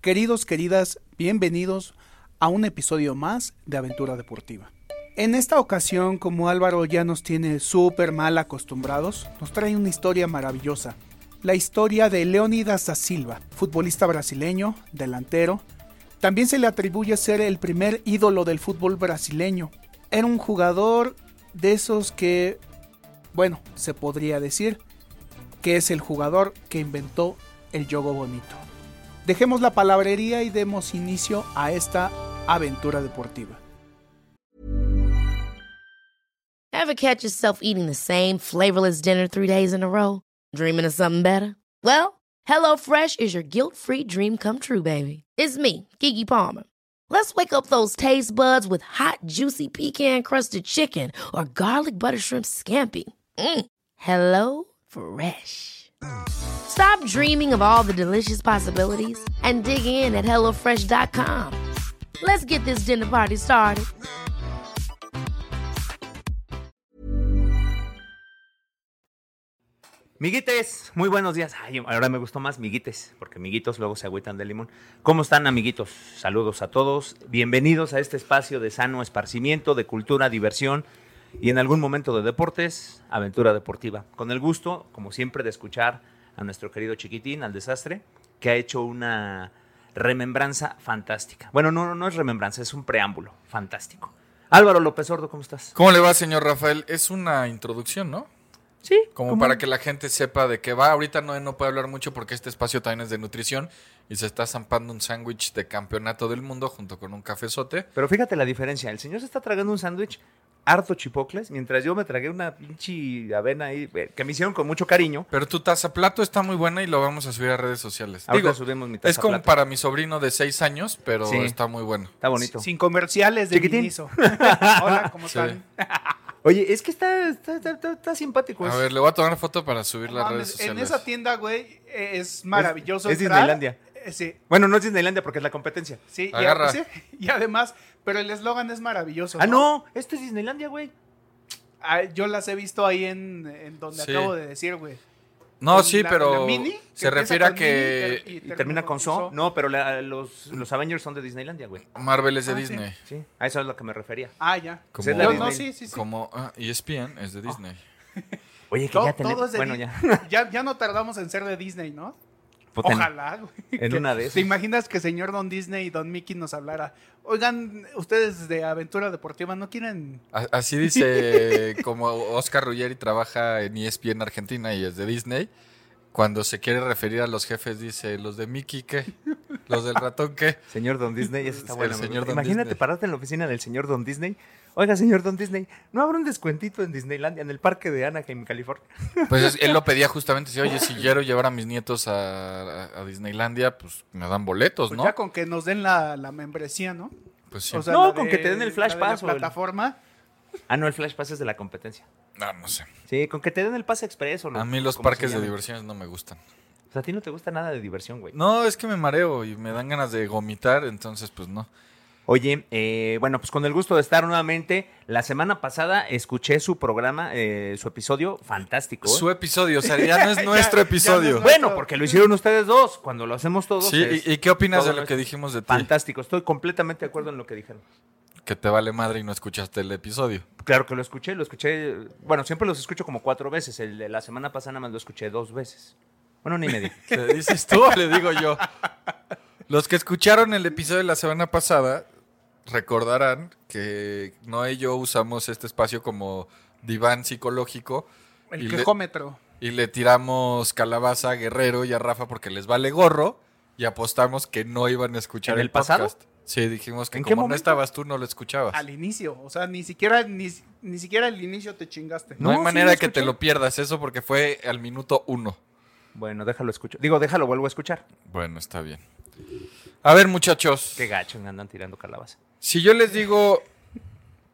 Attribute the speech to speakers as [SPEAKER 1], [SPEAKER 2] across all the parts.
[SPEAKER 1] Queridos, queridas, bienvenidos a un episodio más de Aventura Deportiva. En esta ocasión, como Álvaro ya nos tiene súper mal acostumbrados, nos trae una historia maravillosa. La historia de Leonidas da Silva, futbolista brasileño, delantero. También se le atribuye ser el primer ídolo del fútbol brasileño. Era un jugador de esos que, bueno, se podría decir que es el jugador que inventó el yogo bonito. Dejemos la palabrería y demos inicio a esta aventura deportiva.
[SPEAKER 2] Ever catch yourself eating the same flavorless dinner three days in a row? Dreaming of something better? Well, HelloFresh is your guilt-free dream come true, baby. It's me, Kiki Palmer. Let's wake up those taste buds with hot, juicy pecan crusted chicken or garlic butter shrimp scampi. Mm. Hello Fresh. Stop dreaming of all the delicious possibilities and dig in at HelloFresh.com. Let's get this dinner party started.
[SPEAKER 3] Miguites, muy buenos días. Ay, ahora me gustó más miguites, porque miguitos luego se agüitan de limón. ¿Cómo están, amiguitos? Saludos a todos. Bienvenidos a este espacio de sano esparcimiento, de cultura, diversión y en algún momento de deportes, aventura deportiva. Con el gusto, como siempre, de escuchar a nuestro querido chiquitín, al desastre, que ha hecho una remembranza fantástica. Bueno, no, no es remembranza, es un preámbulo fantástico. Álvaro López Sordo, ¿cómo estás?
[SPEAKER 4] ¿Cómo le va, señor Rafael? Es una introducción, ¿no?
[SPEAKER 3] Sí.
[SPEAKER 4] Como para que la gente sepa de qué va. Ahorita no, no puedo hablar mucho porque este espacio también es de nutrición y se está zampando un sándwich de campeonato del mundo junto con un cafezote.
[SPEAKER 3] Pero fíjate la diferencia. El señor se está tragando un sándwich harto chipocles, mientras yo me tragué una pinche avena ahí eh, que me hicieron con mucho cariño.
[SPEAKER 4] Pero tu taza plato está muy buena y lo vamos a subir a redes sociales.
[SPEAKER 3] Ahorita
[SPEAKER 4] Digo,
[SPEAKER 3] subimos mi taza
[SPEAKER 4] es como
[SPEAKER 3] plata.
[SPEAKER 4] para mi sobrino de 6 años, pero
[SPEAKER 3] Sí.
[SPEAKER 4] está muy bueno.
[SPEAKER 3] Está bonito.
[SPEAKER 1] Sin comerciales de
[SPEAKER 3] Chiquitín.
[SPEAKER 1] Vinizo. Hola, ¿cómo
[SPEAKER 4] Sí.
[SPEAKER 1] están?
[SPEAKER 3] Oye, es que está, está, está, está- está simpático.
[SPEAKER 4] A
[SPEAKER 3] es-
[SPEAKER 4] ver, le voy a tomar foto para subirla a redes
[SPEAKER 1] Pues Mames, en
[SPEAKER 4] sociales.
[SPEAKER 1] esa tienda, güey, eh, es maravilloso.
[SPEAKER 3] Es- es
[SPEAKER 1] entrar.
[SPEAKER 3] Disneylandia.
[SPEAKER 1] Eh, Sí,
[SPEAKER 3] Bueno, no es Disneylandia porque es la competencia.
[SPEAKER 1] sí, y,
[SPEAKER 4] Agarra.
[SPEAKER 1] sí, y además, pero el eslogan es maravilloso.
[SPEAKER 3] Ah, no, esto es Disneylandia, güey.
[SPEAKER 1] Ah, yo las he visto ahí en, en donde
[SPEAKER 4] Sí.
[SPEAKER 1] acabo de decir, güey.
[SPEAKER 4] no,
[SPEAKER 1] Con
[SPEAKER 4] sí,
[SPEAKER 1] la-
[SPEAKER 4] pero
[SPEAKER 1] la mini, que
[SPEAKER 4] se
[SPEAKER 1] empieza
[SPEAKER 4] refiere a
[SPEAKER 1] con
[SPEAKER 4] que
[SPEAKER 1] mini y ter-
[SPEAKER 3] Y termina con So.
[SPEAKER 1] So.
[SPEAKER 3] No, pero la- los, los Avengers son de Disneylandia, güey.
[SPEAKER 4] Marvel es de
[SPEAKER 1] Ah, sí.
[SPEAKER 4] Disney.
[SPEAKER 3] Sí, a eso es a lo que me refería.
[SPEAKER 1] Ah, ya.
[SPEAKER 4] Como-
[SPEAKER 1] No, no,
[SPEAKER 3] Disney.
[SPEAKER 1] sí, sí, sí.
[SPEAKER 4] Como ah, ESPN es de Disney.
[SPEAKER 3] Oye, que
[SPEAKER 1] To-
[SPEAKER 3] ya tenemos.
[SPEAKER 1] todo es de
[SPEAKER 3] bueno,
[SPEAKER 1] Di-
[SPEAKER 3] ya.
[SPEAKER 1] ya. Ya no tardamos en ser de Disney, ¿no?
[SPEAKER 3] Puta, en-
[SPEAKER 1] Ojalá, güey.
[SPEAKER 3] En
[SPEAKER 1] Que-
[SPEAKER 3] una de
[SPEAKER 1] ¿Te
[SPEAKER 3] esas.
[SPEAKER 1] imaginas que señor Don Disney y Don Mickey nos hablara? Oigan, ustedes de Aventura Deportiva no quieren...
[SPEAKER 4] A- Así dice como Oscar Ruggeri trabaja en E ESPN Argentina y es de Disney. Cuando se quiere referir a los jefes dice, ¿los de Mickey qué? ¿Los del ratón qué?
[SPEAKER 3] Señor Don Disney, esa está
[SPEAKER 4] El
[SPEAKER 3] buena. me
[SPEAKER 4] señor
[SPEAKER 3] gusta.
[SPEAKER 4] Don
[SPEAKER 3] Imagínate
[SPEAKER 4] Disney.
[SPEAKER 3] pararte en la oficina del señor Don Disney. Oiga, señor Don Disney, ¿no habrá un descuentito en Disneylandia, en el parque de Anaheim, California?
[SPEAKER 4] Pues es- él lo pedía justamente, si oye, si quiero llevar a mis nietos a, a- a Disneylandia, pues me dan boletos,
[SPEAKER 1] Pues
[SPEAKER 4] ¿no?
[SPEAKER 1] ya con que nos den la, la membresía, ¿no?
[SPEAKER 4] Pues sí.
[SPEAKER 1] O sea,
[SPEAKER 3] No,
[SPEAKER 1] la
[SPEAKER 3] con que te den el Flash
[SPEAKER 1] la de la
[SPEAKER 3] Pass o el-
[SPEAKER 1] plataforma.
[SPEAKER 3] Ah, no, el Flash Pass es de la competencia.
[SPEAKER 4] No, Ah, no sé.
[SPEAKER 3] Sí, con que te den el pase expreso.
[SPEAKER 4] A mí los parques de diversiones no me gustan.
[SPEAKER 3] O sea, a ti no te gusta nada de diversión, güey.
[SPEAKER 4] No, es que me mareo y me dan ganas de vomitar, entonces pues no.
[SPEAKER 3] Oye, eh, bueno, pues con el gusto de estar nuevamente. La semana pasada escuché su programa, eh, su episodio fantástico. ¿eh?
[SPEAKER 4] Su episodio, o sea, ya no es nuestro
[SPEAKER 1] ya no es
[SPEAKER 4] episodio.
[SPEAKER 1] nuestro.
[SPEAKER 3] Bueno, porque lo hicieron ustedes dos. Cuando lo hacemos todos.
[SPEAKER 4] Sí,
[SPEAKER 3] es
[SPEAKER 4] ¿y, y qué opinas
[SPEAKER 3] todo
[SPEAKER 4] de lo que
[SPEAKER 3] nuestro.
[SPEAKER 4] dijimos de ti?
[SPEAKER 3] Fantástico, estoy completamente de acuerdo en lo que dijeron.
[SPEAKER 4] Que te vale madre y no escuchaste el episodio.
[SPEAKER 3] Claro que lo escuché, lo escuché. Bueno, siempre los escucho como cuatro veces. El de la semana pasada nada más lo escuché dos veces. Bueno, ni media.
[SPEAKER 4] ¿Le dices tú o le digo yo? Los que escucharon el episodio de la semana pasada recordarán que Noé y yo usamos este espacio como diván psicológico
[SPEAKER 1] El
[SPEAKER 4] y le-
[SPEAKER 1] quejómetro.
[SPEAKER 4] y le tiramos calabaza a Guerrero y a Rafa porque les vale gorro y apostamos que no iban a escuchar
[SPEAKER 3] ¿En
[SPEAKER 4] el,
[SPEAKER 3] el pasado?
[SPEAKER 4] podcast. Sí, dijimos que
[SPEAKER 3] ¿En qué
[SPEAKER 4] como no
[SPEAKER 3] momento?
[SPEAKER 4] estabas tú no lo escuchabas.
[SPEAKER 1] Al inicio. O sea, ni siquiera, ni, ni siquiera al inicio te chingaste.
[SPEAKER 4] No,
[SPEAKER 3] No,
[SPEAKER 4] hay
[SPEAKER 3] sí
[SPEAKER 4] manera
[SPEAKER 3] lo
[SPEAKER 4] que te
[SPEAKER 3] escuché.
[SPEAKER 4] lo pierdas eso porque fue al minuto uno.
[SPEAKER 3] Bueno, déjalo escucho. Digo, déjalo, vuelvo a escuchar.
[SPEAKER 4] Bueno, está bien. A ver, muchachos.
[SPEAKER 3] Qué gacho, andan tirando calabaza.
[SPEAKER 4] Si yo les digo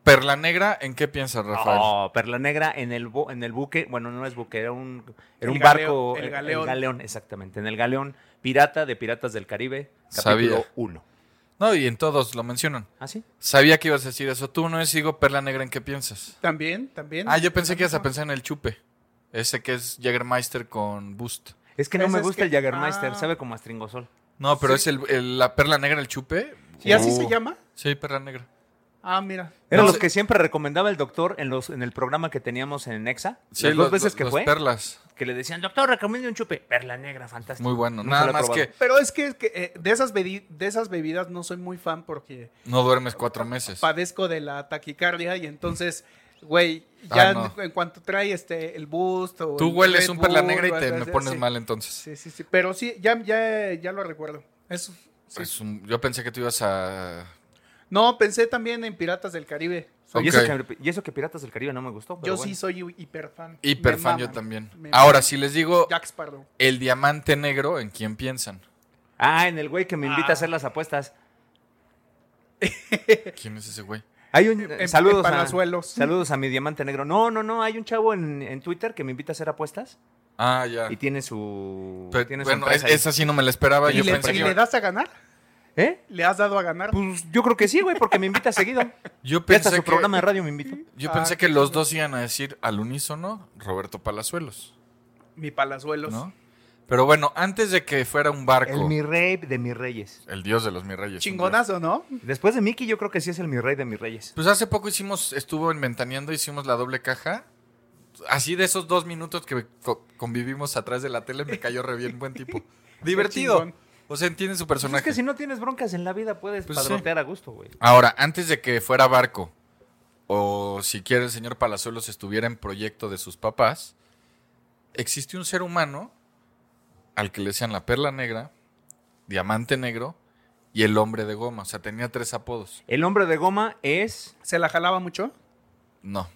[SPEAKER 4] perla negra, ¿en qué piensan, Rafael?
[SPEAKER 3] Oh, Perla Negra en el, bu- en el buque, bueno, no es buque, era un,
[SPEAKER 1] El
[SPEAKER 3] era un
[SPEAKER 1] galeo,
[SPEAKER 3] barco,
[SPEAKER 1] el
[SPEAKER 3] el
[SPEAKER 1] galeón.
[SPEAKER 3] galeón. exactamente, en el galeón pirata de Piratas del Caribe, capítulo
[SPEAKER 4] Sabía.
[SPEAKER 3] 1.
[SPEAKER 4] No, y en todos lo mencionan.
[SPEAKER 3] ¿Ah, sí?
[SPEAKER 4] Sabía que ibas a decir eso. Tú no es digo perla negra, ¿en qué piensas?
[SPEAKER 1] También, también.
[SPEAKER 4] Ah, yo pensé que ibas a pensar en el chupe. Ese que es Jägermeister con Boost.
[SPEAKER 3] Es que no
[SPEAKER 1] Ese
[SPEAKER 3] me
[SPEAKER 1] Pues es
[SPEAKER 3] gusta
[SPEAKER 1] que-
[SPEAKER 3] el Jagermeister,
[SPEAKER 1] ah.
[SPEAKER 3] sabe como astringosol.
[SPEAKER 4] No, pero es el, el- la perla negra, el chupe.
[SPEAKER 1] ¿Y así
[SPEAKER 4] Uh.
[SPEAKER 1] se llama?
[SPEAKER 4] Sí, perla negra.
[SPEAKER 1] Ah, mira.
[SPEAKER 3] Era
[SPEAKER 4] No,
[SPEAKER 3] lo
[SPEAKER 4] sí.
[SPEAKER 3] que siempre recomendaba el doctor en, los, en el programa que teníamos en Nexa,
[SPEAKER 4] Sí,
[SPEAKER 3] las dos
[SPEAKER 4] los-
[SPEAKER 3] veces
[SPEAKER 4] los-
[SPEAKER 3] que
[SPEAKER 4] los
[SPEAKER 3] fue,
[SPEAKER 4] perlas.
[SPEAKER 3] que le decían, doctor, recomiende un chupe, Perla Negra, fantástico.
[SPEAKER 4] Muy bueno.
[SPEAKER 3] Nunca
[SPEAKER 4] Nada
[SPEAKER 3] lo he
[SPEAKER 4] más
[SPEAKER 3] probado.
[SPEAKER 4] que
[SPEAKER 1] Pero es que, que, eh, de, esas bebi- de esas bebidas no soy muy fan porque
[SPEAKER 4] no duermes cuatro meses.
[SPEAKER 1] padezco de la taquicardia y entonces, güey, ya
[SPEAKER 4] Ah, no.
[SPEAKER 1] en cuanto trae este el boost o
[SPEAKER 4] Tú
[SPEAKER 1] el
[SPEAKER 4] hueles
[SPEAKER 1] Red
[SPEAKER 4] un perla
[SPEAKER 1] Bull
[SPEAKER 4] negra y
[SPEAKER 1] o
[SPEAKER 4] te
[SPEAKER 1] algo
[SPEAKER 4] me
[SPEAKER 1] así,
[SPEAKER 4] pones
[SPEAKER 1] sí.
[SPEAKER 4] mal entonces.
[SPEAKER 1] Sí, sí, sí, pero sí, ya, ya, ya lo recuerdo. Eso, sí.
[SPEAKER 4] Es Pues, un- yo pensé que tú ibas a...
[SPEAKER 1] No, pensé también en Piratas del Caribe.
[SPEAKER 3] Y, eso
[SPEAKER 4] Ok.
[SPEAKER 3] que, y eso que Piratas del Caribe no me gustó.
[SPEAKER 1] Yo
[SPEAKER 3] pero bueno.
[SPEAKER 1] sí soy hiperfan.
[SPEAKER 4] Hiper
[SPEAKER 1] Me
[SPEAKER 4] fan yo
[SPEAKER 1] maman.
[SPEAKER 4] también.
[SPEAKER 1] Me
[SPEAKER 4] Ahora,
[SPEAKER 1] maman.
[SPEAKER 4] si les digo
[SPEAKER 1] Jack Sparrow.
[SPEAKER 4] el diamante negro, ¿en quién piensan?
[SPEAKER 3] Ah, en el güey que me invita
[SPEAKER 1] Ah.
[SPEAKER 3] a hacer las apuestas.
[SPEAKER 4] ¿Quién es ese güey?
[SPEAKER 3] Hay un eh,
[SPEAKER 1] En- en
[SPEAKER 3] saludos a,
[SPEAKER 1] Palazuelos.
[SPEAKER 3] saludos a mi diamante negro. No, no, no, hay un chavo en, en Twitter que me invita a hacer apuestas
[SPEAKER 4] Ah, ya.
[SPEAKER 3] y tiene su
[SPEAKER 4] Pero,
[SPEAKER 3] tiene su
[SPEAKER 4] bueno, es-
[SPEAKER 3] empresa ahí.
[SPEAKER 4] esa sí no me la esperaba.
[SPEAKER 1] ¿Y
[SPEAKER 4] Yo
[SPEAKER 1] le,
[SPEAKER 4] pensé,
[SPEAKER 1] y
[SPEAKER 4] que,
[SPEAKER 1] le das a ganar?
[SPEAKER 3] ¿Eh?
[SPEAKER 1] ¿Le has dado a ganar?
[SPEAKER 3] Pues yo creo que sí, güey, porque me invita seguido. Ya
[SPEAKER 4] yo
[SPEAKER 3] hasta su
[SPEAKER 4] pensé que-
[SPEAKER 3] programa de radio me invita.
[SPEAKER 4] yo
[SPEAKER 1] Ah,
[SPEAKER 4] pensé
[SPEAKER 1] qué
[SPEAKER 4] que los dos iban a decir al unísono Roberto Palazuelos,
[SPEAKER 1] Mi palazuelos.
[SPEAKER 4] ¿no? Pero bueno, antes de que fuera un barco,
[SPEAKER 3] El
[SPEAKER 4] el,
[SPEAKER 3] mi rey de mis reyes.
[SPEAKER 4] dios de los mis reyes. un dios.
[SPEAKER 1] Chingonazo, ¿no?
[SPEAKER 3] Después de Mickey, yo creo que sí es el mi rey de mis reyes.
[SPEAKER 4] Pues hace poco hicimos, estuvo en Ventaneando, hicimos la doble caja. Así de esos dos minutos que co- convivimos atrás de la tele, me cayó re bien, buen tipo. Divertido.
[SPEAKER 1] chingón.
[SPEAKER 4] O sea, entiende su
[SPEAKER 3] Pues es
[SPEAKER 4] personaje.
[SPEAKER 3] que si no tienes broncas en la vida, puedes
[SPEAKER 4] Pues sí.
[SPEAKER 3] padrotear a gusto, güey.
[SPEAKER 4] Ahora, antes de que fuera barco, o si quiere el señor Palazuelos estuviera en proyecto de sus papás, existe un ser humano al que le decían la perla negra, diamante negro y el hombre de goma. O sea, tenía tres apodos.
[SPEAKER 3] El hombre de goma es.
[SPEAKER 1] ¿Se la jalaba mucho?
[SPEAKER 4] No.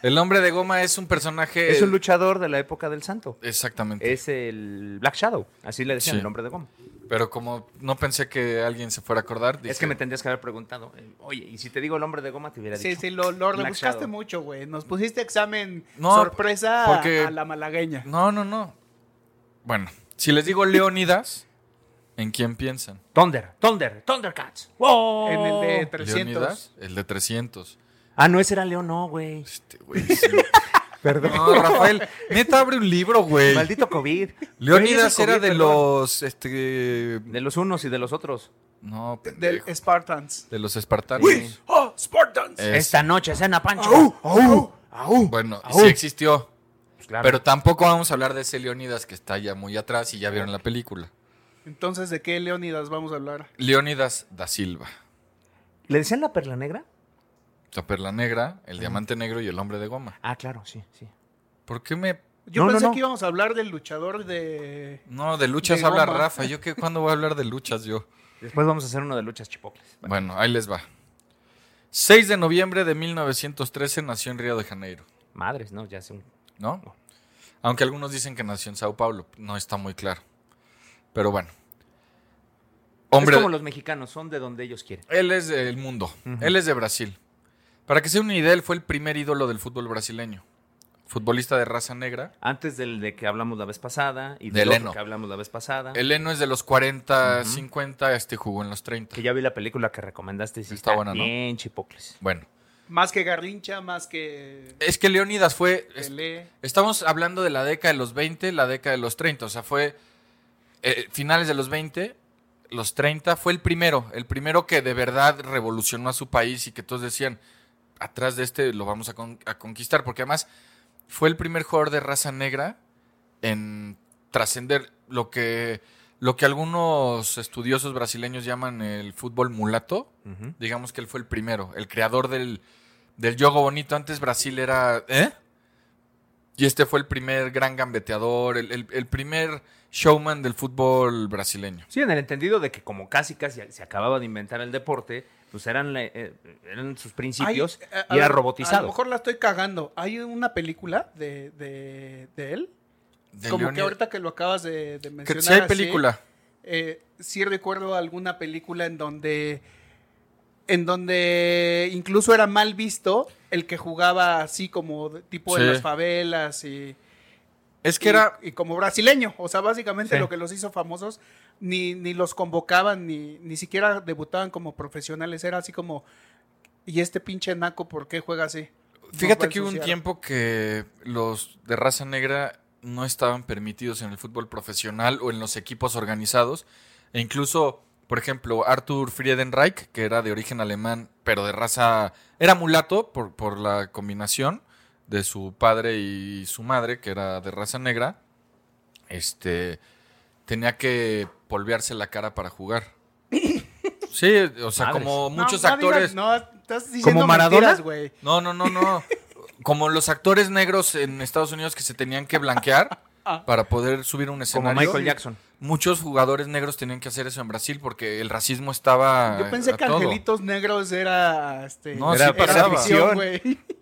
[SPEAKER 4] El hombre de goma es un personaje.
[SPEAKER 3] Es un luchador de la época del santo.
[SPEAKER 4] Exactamente.
[SPEAKER 3] Es el Black Shadow. Así le decían
[SPEAKER 4] Sí.
[SPEAKER 3] el hombre de goma.
[SPEAKER 4] Pero como no pensé que alguien se fuera a acordar, dije,
[SPEAKER 3] Es que me tendrías que haber preguntado. eh, Oye, y si te digo el hombre de goma, te hubiera
[SPEAKER 1] Sí,
[SPEAKER 3] dicho.
[SPEAKER 1] sí, lo, lo
[SPEAKER 3] Black
[SPEAKER 1] rebuscaste
[SPEAKER 3] Shadow.
[SPEAKER 1] mucho, güey. Nos pusiste examen
[SPEAKER 4] No,
[SPEAKER 1] sorpresa a-
[SPEAKER 4] porque-
[SPEAKER 1] a la malagueña.
[SPEAKER 4] No, no, no. Bueno, si les digo Leonidas, ¿en quién piensan?
[SPEAKER 3] Thunder, Thunder, Thundercats. ¡Wow!
[SPEAKER 1] En el
[SPEAKER 3] Oh.
[SPEAKER 1] de 300.
[SPEAKER 4] Leonidas, el de 300.
[SPEAKER 3] Ah, no, ese era León, no, güey.
[SPEAKER 4] Este güey, sí. No, Rafael, neta abre un libro, güey.
[SPEAKER 3] Maldito COVID.
[SPEAKER 4] Leonidas
[SPEAKER 3] Güey, ese
[SPEAKER 4] era
[SPEAKER 3] COVID,
[SPEAKER 4] de
[SPEAKER 3] perdón.
[SPEAKER 4] los este
[SPEAKER 3] De los unos y de los otros.
[SPEAKER 4] no,
[SPEAKER 1] Del
[SPEAKER 4] pendejo,
[SPEAKER 1] Spartans.
[SPEAKER 4] de los espartanos.
[SPEAKER 1] ¡Oh, Spartans!
[SPEAKER 4] Es-
[SPEAKER 3] Esta noche, cena Pancho.
[SPEAKER 4] Bueno,
[SPEAKER 3] Au.
[SPEAKER 4] sí existió,
[SPEAKER 3] Pues claro.
[SPEAKER 4] pero tampoco vamos a hablar de ese Leonidas que está ya muy atrás y ya vieron la película.
[SPEAKER 1] Entonces, ¿de qué Leonidas vamos a hablar?
[SPEAKER 4] Leonidas da Silva,
[SPEAKER 3] ¿Le decían la perla negra?
[SPEAKER 4] la perla negra, el diamante negro y el hombre de goma.
[SPEAKER 3] Ah, claro, sí, sí.
[SPEAKER 4] ¿Por qué me
[SPEAKER 1] Yo
[SPEAKER 3] No, no,
[SPEAKER 1] pensé
[SPEAKER 3] no.
[SPEAKER 1] que íbamos a hablar del luchador de...
[SPEAKER 4] No, de luchas
[SPEAKER 1] De
[SPEAKER 4] habla
[SPEAKER 1] goma.
[SPEAKER 4] Rafa. ¿Yo qué? ¿Cuándo voy a hablar de luchas yo?
[SPEAKER 3] Después vamos a hacer uno de luchas chipocles.
[SPEAKER 4] Bueno, ahí les va. 6 de noviembre de 1913 nació en Río de Janeiro,
[SPEAKER 3] Madres, ¿no? Ya hace un.
[SPEAKER 4] ¿no? Aunque algunos dicen que nació en Sao Paulo, no está muy claro. Pero bueno.
[SPEAKER 3] Es
[SPEAKER 4] Hombre,
[SPEAKER 3] como los mexicanos, son de donde ellos quieren.
[SPEAKER 4] él es del mundo. Él es de Brasil. Para que sea una idea, él fue el primer ídolo del fútbol brasileño. Futbolista de raza negra.
[SPEAKER 3] Antes del de que hablamos la vez pasada y
[SPEAKER 4] De
[SPEAKER 3] del otro
[SPEAKER 4] Leno.
[SPEAKER 3] que hablamos la vez pasada.
[SPEAKER 4] Eleno es de los 40, 50, este jugó en los 30.
[SPEAKER 3] Que ya vi la película que recomendaste. y sí
[SPEAKER 4] Está buena, ¿no?
[SPEAKER 3] Bien chipocles.
[SPEAKER 4] Bueno,
[SPEAKER 1] Más que Garrincha, más que...
[SPEAKER 4] es que Leonidas fue...
[SPEAKER 1] Pelé.
[SPEAKER 4] Estamos hablando de la década de los 20, la década de los 30. O sea, fue eh, finales de los 20, los 30. Fue el primero, el primero que de verdad revolucionó a su país y que todos decían, atrás de este lo vamos a, con- a conquistar. Porque además fue el primer jugador de raza negra en trascender lo que, lo que algunos estudiosos brasileños llaman el fútbol mulato
[SPEAKER 3] Ujú.
[SPEAKER 4] digamos que él fue el primero, el creador del, del yogo bonito. Antes Brasil era. ¿Eh? Y este fue el primer gran gambeteador, el, el- el primer showman del fútbol brasileño.
[SPEAKER 3] Sí, en el entendido de que como casi casi se acababa de inventar el deporte, pues eran, la- eh, eran sus principios
[SPEAKER 1] Hay- a- eh, a
[SPEAKER 3] y era
[SPEAKER 1] ver, A
[SPEAKER 3] robotizado.
[SPEAKER 1] lo mejor la estoy cagando. Hay una película de, de, de él.
[SPEAKER 4] de
[SPEAKER 1] Como que
[SPEAKER 4] Leonid-
[SPEAKER 1] ahorita que lo acabas de, de
[SPEAKER 4] Que
[SPEAKER 1] mencionar.
[SPEAKER 4] si hay
[SPEAKER 1] así,
[SPEAKER 4] película.
[SPEAKER 1] eh, sí recuerdo alguna película en donde. En donde incluso era mal visto el que jugaba así como de- tipo
[SPEAKER 4] Sí.
[SPEAKER 1] en las favelas y,
[SPEAKER 4] Es
[SPEAKER 1] y-
[SPEAKER 4] que era.
[SPEAKER 1] y como brasileño. O sea, básicamente
[SPEAKER 3] Sí.
[SPEAKER 1] lo que los hizo famosos ni, ni los convocaban, ni, ni siquiera debutaban como profesionales. Era así como, ¿y este pinche naco por qué juega así? Nos va
[SPEAKER 4] Fíjate
[SPEAKER 1] a
[SPEAKER 4] que hubo un
[SPEAKER 1] ensuciar".
[SPEAKER 4] tiempo que los de raza negra no estaban permitidos en el fútbol profesional o en los equipos organizados. E incluso, por ejemplo, Arthur Friedenreich, que era de origen alemán, pero de raza. Era mulato por, por la combinación de su padre y su madre, que era de raza negra. Este. Tenía que polvearse la cara para jugar. Sí, o sea,
[SPEAKER 3] Madres.
[SPEAKER 4] como muchos
[SPEAKER 1] No, no digas-
[SPEAKER 4] actores.
[SPEAKER 1] no, estás diciendo
[SPEAKER 3] Maradona?
[SPEAKER 1] mentiras, güey.
[SPEAKER 4] No, no, no, no. Como los actores negros en Estados Unidos que se tenían que blanquear
[SPEAKER 1] Ah.
[SPEAKER 4] para poder subir a un
[SPEAKER 3] Como
[SPEAKER 4] escenario.
[SPEAKER 3] Michael Jackson.
[SPEAKER 4] Muchos jugadores negros tenían que hacer eso en Brasil porque el racismo estaba.
[SPEAKER 1] Yo pensé
[SPEAKER 4] Ah, a
[SPEAKER 1] que
[SPEAKER 4] todo.
[SPEAKER 1] Angelitos Negros era. Este,
[SPEAKER 4] No,
[SPEAKER 3] Era-
[SPEAKER 4] sí
[SPEAKER 3] era
[SPEAKER 4] pasaba.
[SPEAKER 3] ficción.
[SPEAKER 1] ficción, güey.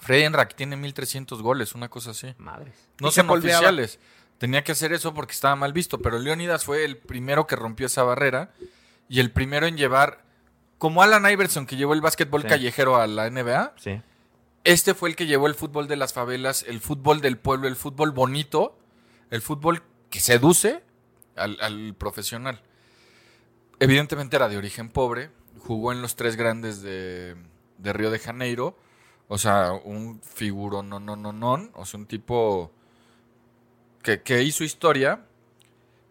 [SPEAKER 4] Fred Enrak tiene 1300 goles, una cosa así.
[SPEAKER 3] Madres.
[SPEAKER 4] No
[SPEAKER 1] Y se
[SPEAKER 4] son
[SPEAKER 1] polveaba.
[SPEAKER 4] oficiales. Tenía que hacer eso porque estaba mal visto. Pero Leonidas fue el primero que rompió esa barrera y el primero en llevar. Como Alan Iverson, que llevó el básquetbol
[SPEAKER 3] Sí.
[SPEAKER 4] callejero a la NBA,
[SPEAKER 3] Sí.
[SPEAKER 4] Este fue el que llevó el fútbol de las favelas, el fútbol del pueblo, el fútbol bonito, el fútbol que seduce al, al profesional. Evidentemente era de origen pobre, jugó en los tres grandes de, de Río de Janeiro, o sea, un figuro no, no, no, no, o sea, un tipo que, que hizo historia.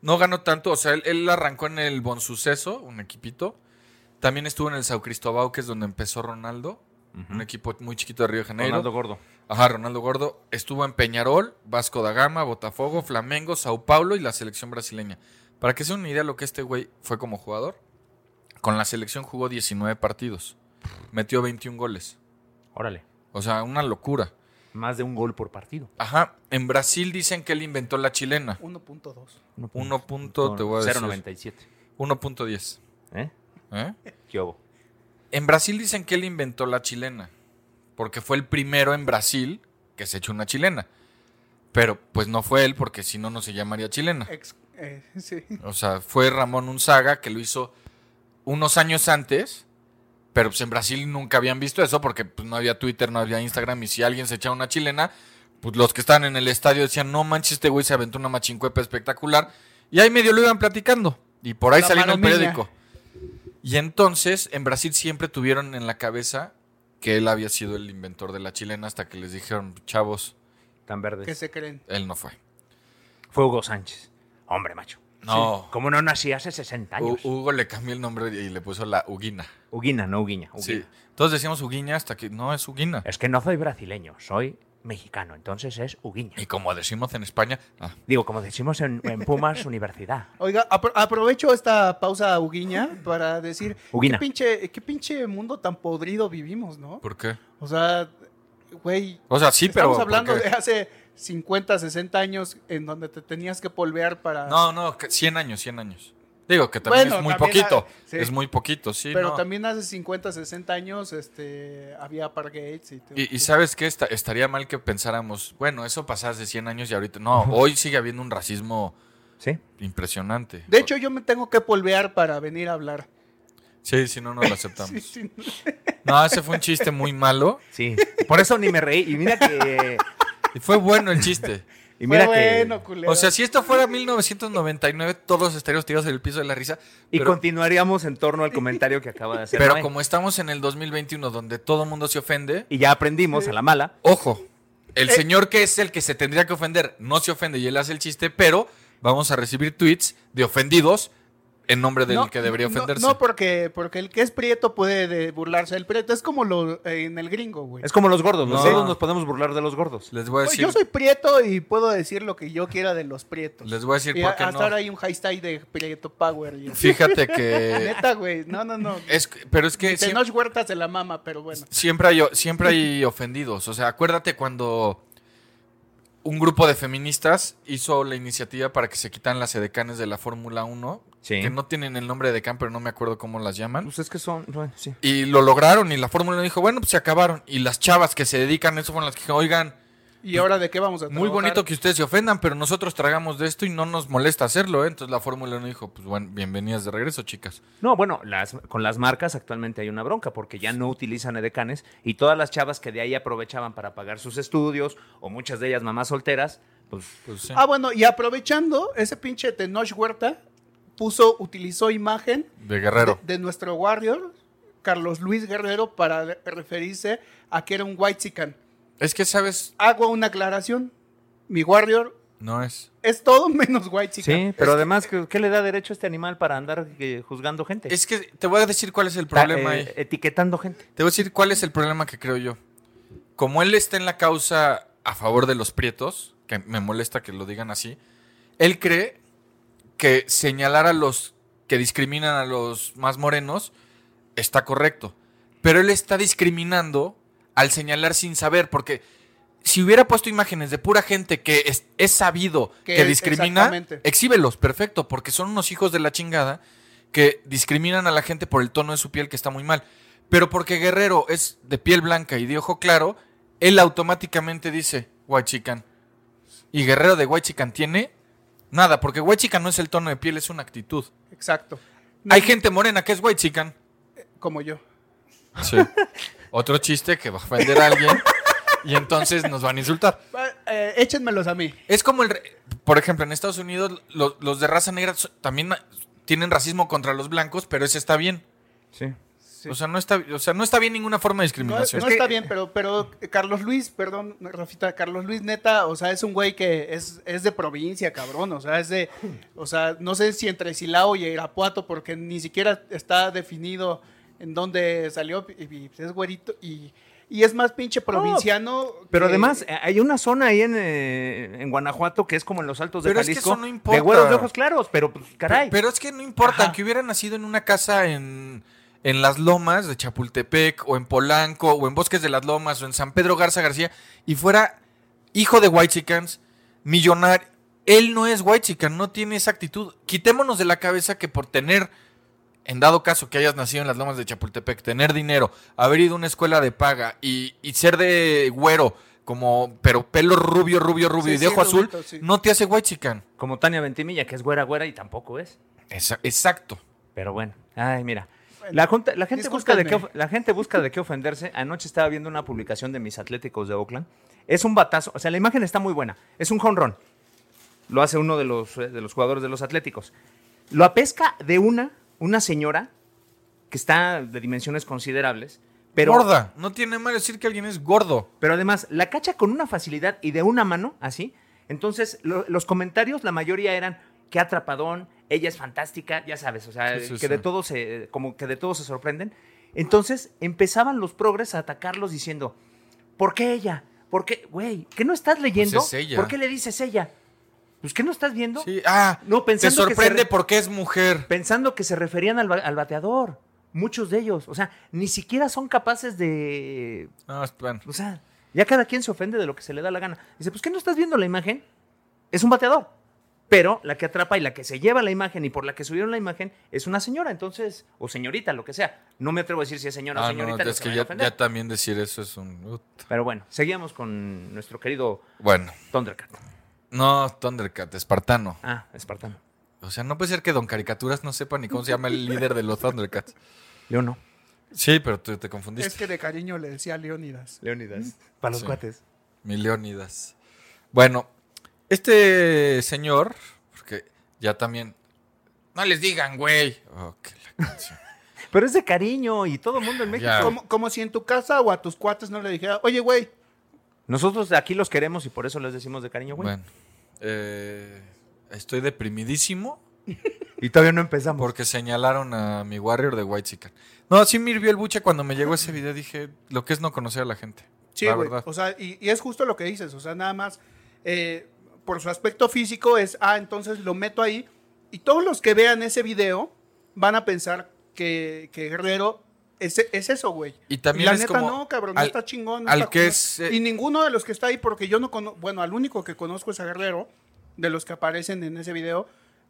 [SPEAKER 4] No ganó tanto, o sea, él, él arrancó en el Bon Suceso, un equipito. También estuvo en el Sao Cristobal, que es donde empezó Ronaldo, un equipo muy chiquito de Río de Janeiro.
[SPEAKER 3] Ronaldo Gordo.
[SPEAKER 4] Ajá, Ronaldo Gordo. Estuvo en Peñarol, Vasco da Gama, Botafogo, Flamengo, Sao Paulo y la selección brasileña. Para que se den una idea de lo que este güey fue como jugador, con la selección jugó 19 partidos. Metió 21 goles.
[SPEAKER 3] Órale.
[SPEAKER 4] O sea, una locura.
[SPEAKER 3] Más de un gol por partido.
[SPEAKER 4] Ajá, en Brasil dicen que él inventó la chilena.
[SPEAKER 1] 1.2.
[SPEAKER 4] 1 punto, te voy a decir.
[SPEAKER 3] 0.97.
[SPEAKER 4] 1.10.
[SPEAKER 3] ¿Eh?
[SPEAKER 4] ¿eh?
[SPEAKER 3] ¿Qué hubo?
[SPEAKER 4] En Brasil dicen que él inventó la chilena, porque fue el primero en Brasil que se echó una chilena. Pero pues no fue él, porque si no, no se llamaría chilena.
[SPEAKER 1] Ex- eh, sí.
[SPEAKER 4] O sea, fue Ramón Unzaga que lo hizo unos años antes, pero pues en Brasil nunca habían visto eso porque pues, no había Twitter, no había Instagram y si alguien se echaba una chilena, pues los que estaban en el estadio decían, no manches, este güey se aventó una machincuepa espectacular y ahí medio lo iban platicando y por ahí
[SPEAKER 1] La
[SPEAKER 4] salió en el
[SPEAKER 1] maromiña.
[SPEAKER 4] periódico. Y entonces en Brasil siempre tuvieron en la cabeza que él había sido el inventor de la chilena hasta que les dijeron, chavos,
[SPEAKER 3] Tan
[SPEAKER 1] que
[SPEAKER 3] verdes.
[SPEAKER 1] se creen.
[SPEAKER 4] él no fue.
[SPEAKER 3] Fue Hugo Sánchez. Hombre, macho.
[SPEAKER 4] No.
[SPEAKER 3] Como no nací hace 60
[SPEAKER 4] Hu-
[SPEAKER 3] años.
[SPEAKER 4] Hugo le cambió el nombre y le puso la Uguina.
[SPEAKER 3] Uguina, no Uguiña.
[SPEAKER 4] Sí.
[SPEAKER 3] Uguina.
[SPEAKER 4] Todos decíamos Uguiña hasta que no es Uguina.
[SPEAKER 3] Es que no soy brasileño, soy mexicano, entonces es Uguiña.
[SPEAKER 4] Y como decimos en España, ah,
[SPEAKER 3] Digo, como decimos en, en Pumas Universidad.
[SPEAKER 1] Oiga, apro- aprovecho esta pausa uguiña para decir
[SPEAKER 3] Uguina.
[SPEAKER 1] ¿qué, pinche, qué pinche mundo tan podrido vivimos, ¿no?
[SPEAKER 4] ¿por qué?
[SPEAKER 1] O sea, güey,
[SPEAKER 4] O sea, sí, pero.
[SPEAKER 1] estamos
[SPEAKER 4] ¿por
[SPEAKER 1] hablando
[SPEAKER 4] qué?
[SPEAKER 1] de hace 50, 60 años en donde te tenías que polvear para...
[SPEAKER 4] No, no, que 100 años, 100 años. Digo que también
[SPEAKER 1] Bueno,
[SPEAKER 4] es muy
[SPEAKER 1] también
[SPEAKER 4] poquito.
[SPEAKER 1] ha- sí.
[SPEAKER 4] Es muy poquito, sí.
[SPEAKER 1] pero
[SPEAKER 4] no.
[SPEAKER 1] también hace 50, 60 años este, había Pargates y... te-
[SPEAKER 4] Y, y sabes qué, Esta- estaría mal que pensáramos, bueno, eso pasaba hace 100 años y ahorita. No, hoy sigue habiendo un racismo
[SPEAKER 3] ¿Sí?
[SPEAKER 4] impresionante.
[SPEAKER 1] De hecho, yo me tengo que polvear para venir a hablar.
[SPEAKER 4] Sí, si no, no lo aceptamos.
[SPEAKER 1] Sí, sí.
[SPEAKER 4] No, ese fue un chiste muy malo.
[SPEAKER 3] Sí. Por eso ni me reí. Y mira que.
[SPEAKER 4] Y fue bueno el chiste.
[SPEAKER 3] Y mira
[SPEAKER 1] Fue
[SPEAKER 3] que.
[SPEAKER 1] bueno, culero.
[SPEAKER 4] O sea, si esto fuera 1999, todos estaríamos tirados en el piso de la risa.
[SPEAKER 3] y
[SPEAKER 4] pero-
[SPEAKER 3] continuaríamos en torno al comentario que acaba de hacer.
[SPEAKER 4] Pero
[SPEAKER 3] Noé.
[SPEAKER 4] como estamos en el 2021 donde todo mundo se ofende,
[SPEAKER 3] Y ya aprendimos a la mala.
[SPEAKER 4] ojo, el
[SPEAKER 1] Eh.
[SPEAKER 4] señor que es el que se tendría que ofender no se ofende y él hace el chiste, pero vamos a recibir tweets de ofendidos en nombre del
[SPEAKER 1] No,
[SPEAKER 4] que debería
[SPEAKER 1] no,
[SPEAKER 4] ofenderse.
[SPEAKER 1] No, porque, porque el que es prieto puede de- burlarse del prieto. Es como lo, eh, en el gringo, güey.
[SPEAKER 3] Es como los gordos. Los
[SPEAKER 4] No.
[SPEAKER 3] gordos nos podemos burlar de los gordos.
[SPEAKER 4] les voy a
[SPEAKER 1] Oye,
[SPEAKER 4] decir,
[SPEAKER 1] Pues Yo soy prieto y puedo decir lo que yo quiera de los prietos.
[SPEAKER 4] les voy a decir
[SPEAKER 1] y
[SPEAKER 4] por
[SPEAKER 1] a-
[SPEAKER 4] qué
[SPEAKER 1] hasta ahora
[SPEAKER 4] no.
[SPEAKER 1] hay un hashtag de prieto power. y-
[SPEAKER 4] Fíjate que
[SPEAKER 1] Neta, güey. No, no, no.
[SPEAKER 4] es que- pero es que Eh, siempre,
[SPEAKER 1] Tenoch Huerta se la mama, pero bueno.
[SPEAKER 4] siempre hay siempre hay ofendidos, o sea, acuérdate cuando un grupo de feministas hizo la iniciativa para que se quitan las edecanes de la Fórmula 1,
[SPEAKER 3] Sí.
[SPEAKER 4] que no tienen el nombre de decán, pero no me acuerdo cómo las llaman.
[SPEAKER 3] Pues es que son. bueno, sí.
[SPEAKER 4] Y lo lograron y la Fórmula 1 dijo, bueno, pues se acabaron. Y las chavas que se dedican a eso fueron las que dijeron, oigan,
[SPEAKER 1] ¿Y ahora de qué vamos a
[SPEAKER 4] Muy
[SPEAKER 1] trabajar?
[SPEAKER 4] bonito que ustedes se ofendan, pero nosotros tragamos de esto y no nos molesta hacerlo, ¿eh? Entonces la Fórmula 1 dijo, pues bueno, bienvenidas de regreso, chicas.
[SPEAKER 3] No, bueno, las, con las marcas actualmente hay una bronca porque ya no utilizan edecanes y todas las chavas que de ahí aprovechaban para pagar sus estudios o muchas de ellas mamás solteras, pues
[SPEAKER 4] Pues sí.
[SPEAKER 1] Ah, bueno, y aprovechando, ese pinche Tenoch Huerta puso, utilizó imagen
[SPEAKER 4] de Guerrero.
[SPEAKER 1] de nuestro Warrior, Carlos Luis Guerrero, para re- referirse a que era un White Chican.
[SPEAKER 4] Es que, ¿sabes?
[SPEAKER 1] Hago una aclaración. Mi Warrior
[SPEAKER 4] No es.
[SPEAKER 1] es todo menos White Chican.
[SPEAKER 3] sí, pero además, ¿qué, qué le da derecho a este animal para andar eh, juzgando gente?
[SPEAKER 4] Es que te voy a decir cuál es el
[SPEAKER 3] Ta-
[SPEAKER 4] problema
[SPEAKER 3] eh,
[SPEAKER 4] ahí.
[SPEAKER 3] Etiquetando gente.
[SPEAKER 4] Te voy a decir cuál es el problema que creo yo. Como él está en la causa a favor de los prietos, que me molesta que lo digan así, él cree que señalar a los que discriminan a los más morenos está correcto. Pero él está discriminando al señalar sin saber, porque si hubiera puesto imágenes de pura gente que es, es sabido
[SPEAKER 1] Que
[SPEAKER 4] que,
[SPEAKER 1] es-
[SPEAKER 4] discrimina,
[SPEAKER 1] exactamente.
[SPEAKER 4] exhíbelos, perfecto, porque son unos hijos de la chingada que discriminan a la gente por el tono de su piel que está muy mal. Pero porque Guerrero es de piel blanca y de ojo claro, él automáticamente dice Huachican. Y Guerrero de Huachican tiene nada, porque Huachican no es el tono de piel, es una actitud.
[SPEAKER 1] Exacto.
[SPEAKER 4] Hay gente morena que es Huachican.
[SPEAKER 1] Como yo.
[SPEAKER 4] Sí. Otro chiste que va a ofender a alguien y entonces nos van a insultar.
[SPEAKER 1] Va, eh, échenmelos a mí.
[SPEAKER 4] Es como el. re- Por ejemplo, en Estados Unidos, lo- los de raza negra so- también tienen racismo contra los blancos, pero ese está bien.
[SPEAKER 3] Sí.
[SPEAKER 4] O, sea, no está, o sea, no está bien ninguna forma de
[SPEAKER 1] No,
[SPEAKER 4] discriminación.
[SPEAKER 1] no está bien, pero, pero eh, Carlos Luis, perdón, Rafita, Carlos Luis, neta, o sea, es un güey que es, es de provincia, cabrón, o sea, es de, o sea, no sé si entre Silao y Irapuato, porque ni siquiera está definido en dónde salió, y, y pues, es güerito, y, y es más pinche provinciano.
[SPEAKER 3] Pero
[SPEAKER 1] que-
[SPEAKER 3] además, eh, hay una zona ahí en, eh, en Guanajuato que es como en los altos de
[SPEAKER 4] Pero es que
[SPEAKER 3] Jalisco.
[SPEAKER 4] eso no importa.
[SPEAKER 3] De güeros de ojos claros, pero pues, caray.
[SPEAKER 4] Pero es que no importa
[SPEAKER 3] Ajá.
[SPEAKER 4] que hubiera nacido en una casa en, en las lomas de Chapultepec o en Polanco o en Bosques de las Lomas o en San Pedro Garza García y fuera hijo de White Chickens, millonario. Él no es White Chicken, no tiene esa actitud. Quitémonos de la cabeza que por tener, en dado caso que hayas nacido en las lomas de Chapultepec, tener dinero, haber ido a una escuela de paga y, y ser de güero, como, pero pelo rubio, rubio, rubio
[SPEAKER 1] Sí,
[SPEAKER 4] y
[SPEAKER 1] sí,
[SPEAKER 4] de ojo azul,
[SPEAKER 1] rubito, sí.
[SPEAKER 4] no te hace White Chicken.
[SPEAKER 3] Como Tania Ventimilla, que es güera, güera y tampoco es.
[SPEAKER 4] Exacto.
[SPEAKER 3] Pero bueno, ay, mira. La, junta- la gente busca de qué, of- la gente busca de qué ofenderse. Anoche estaba viendo una publicación de mis atléticos de Oakland. Es un batazo, o sea, la imagen está muy buena. Es un jonrón. Lo hace uno de los, eh, de los jugadores de los atléticos. Lo apesca de una, una señora que está de dimensiones considerables. Pero,
[SPEAKER 4] gorda. No tiene mal decir que alguien es gordo.
[SPEAKER 3] Pero además, la cacha con una facilidad y de una mano, así. Entonces, lo- los comentarios, la mayoría eran, qué atrapadón, ella es fantástica, ya sabes, o sea,
[SPEAKER 4] Sí, sí,
[SPEAKER 3] que
[SPEAKER 4] sí.
[SPEAKER 3] de todo se, como que de todo se sorprenden. Entonces, empezaban los progres a atacarlos diciendo, ¿por qué ella? ¿Por qué, güey? ¿Qué no estás leyendo?
[SPEAKER 4] Pues es ella.
[SPEAKER 3] ¿Por qué le dices ella? Pues, ¿qué no estás viendo?
[SPEAKER 4] Sí. Ah,
[SPEAKER 3] No, pensando
[SPEAKER 4] te
[SPEAKER 3] que se
[SPEAKER 4] sorprende
[SPEAKER 3] re-
[SPEAKER 4] porque es mujer.
[SPEAKER 3] pensando que se referían al, ba- al bateador. Muchos de ellos, o sea, ni siquiera son capaces de
[SPEAKER 4] No, es- bueno.
[SPEAKER 3] o sea, ya cada quien se ofende de lo que se le da la gana. Dice, pues ¿qué no estás viendo la imagen? Es un bateador. Pero la que atrapa y la que se lleva la imagen y por la que subieron la imagen es una señora, entonces, o señorita, lo que sea. No me atrevo a decir si es señora o
[SPEAKER 4] Ah, no,
[SPEAKER 3] señorita. no
[SPEAKER 4] es
[SPEAKER 3] se
[SPEAKER 4] que
[SPEAKER 3] vayan a
[SPEAKER 4] ya,
[SPEAKER 3] ofender.
[SPEAKER 4] ya también decir eso es un. ut.
[SPEAKER 3] Pero bueno, seguíamos con nuestro querido
[SPEAKER 4] Bueno,
[SPEAKER 3] Thundercat.
[SPEAKER 4] no, Thundercat, espartano.
[SPEAKER 3] Ah, espartano.
[SPEAKER 4] O sea, no puede ser que Don Caricaturas no sepa ni cómo se llama el líder de los Thundercats.
[SPEAKER 3] Yo no.
[SPEAKER 4] Sí, pero tú te confundiste.
[SPEAKER 1] Es que de cariño le decía Leónidas.
[SPEAKER 3] Leonidas. Mm, Para los
[SPEAKER 4] Sí.
[SPEAKER 3] cuates.
[SPEAKER 4] Mi Leónidas. Bueno, este señor, porque ya también. No les digan, güey. Oh, que la canción.
[SPEAKER 3] Pero es de cariño y todo el mundo en México.
[SPEAKER 4] Ya.
[SPEAKER 1] Como, como si en tu casa o a tus cuates no le dijera, oye, güey,
[SPEAKER 3] Nosotros aquí los queremos y por eso les decimos de cariño, güey.
[SPEAKER 4] Bueno, eh, estoy deprimidísimo.
[SPEAKER 3] Y todavía no empezamos.
[SPEAKER 4] Porque señalaron a mi Warrior de White Chicken. No, sí me hirvió el buche cuando me llegó ese video. Dije, lo que es no conocer a la gente.
[SPEAKER 1] Sí,
[SPEAKER 4] la
[SPEAKER 1] güey.
[SPEAKER 4] verdad.
[SPEAKER 1] O sea, y, y es justo lo que dices. O sea, nada más eh, por su aspecto físico es, ah, entonces lo meto ahí. Y todos los que vean ese video van a pensar que, que Guerrero es, es eso, güey.
[SPEAKER 4] Y también
[SPEAKER 1] la
[SPEAKER 4] es
[SPEAKER 1] neta
[SPEAKER 4] como
[SPEAKER 1] no, cabrón,
[SPEAKER 4] al-
[SPEAKER 1] no está chingón. no
[SPEAKER 4] al
[SPEAKER 1] está
[SPEAKER 4] que
[SPEAKER 1] culero.
[SPEAKER 4] es, eh,
[SPEAKER 1] Y ninguno de los que está ahí, porque yo no conozco, bueno, al único que conozco es a Guerrero, de los que aparecen en ese video,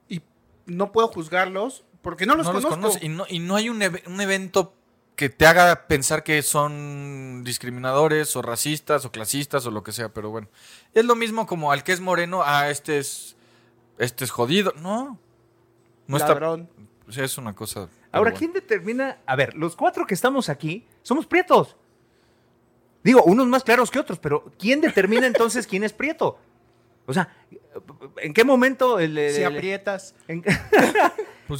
[SPEAKER 1] y no puedo juzgarlos porque no los
[SPEAKER 4] no los
[SPEAKER 1] conozco.
[SPEAKER 4] conoce. Y no, y no hay un, eve- un evento que te haga pensar que son discriminadores o racistas o clasistas o lo que sea, pero bueno. Es lo mismo como al que es moreno, ah, este es, este es jodido. No. No está-
[SPEAKER 1] Ladrón.
[SPEAKER 4] o sea, es una cosa. pero
[SPEAKER 3] Ahora,
[SPEAKER 4] bueno.
[SPEAKER 3] ¿quién determina? A ver, los cuatro que estamos aquí somos prietos. Digo, unos más claros que otros, pero ¿quién determina entonces quién es prieto? O sea, ¿en qué momento el, el-
[SPEAKER 5] Si
[SPEAKER 3] el-
[SPEAKER 5] aprietas.
[SPEAKER 3] en,
[SPEAKER 4] Pues,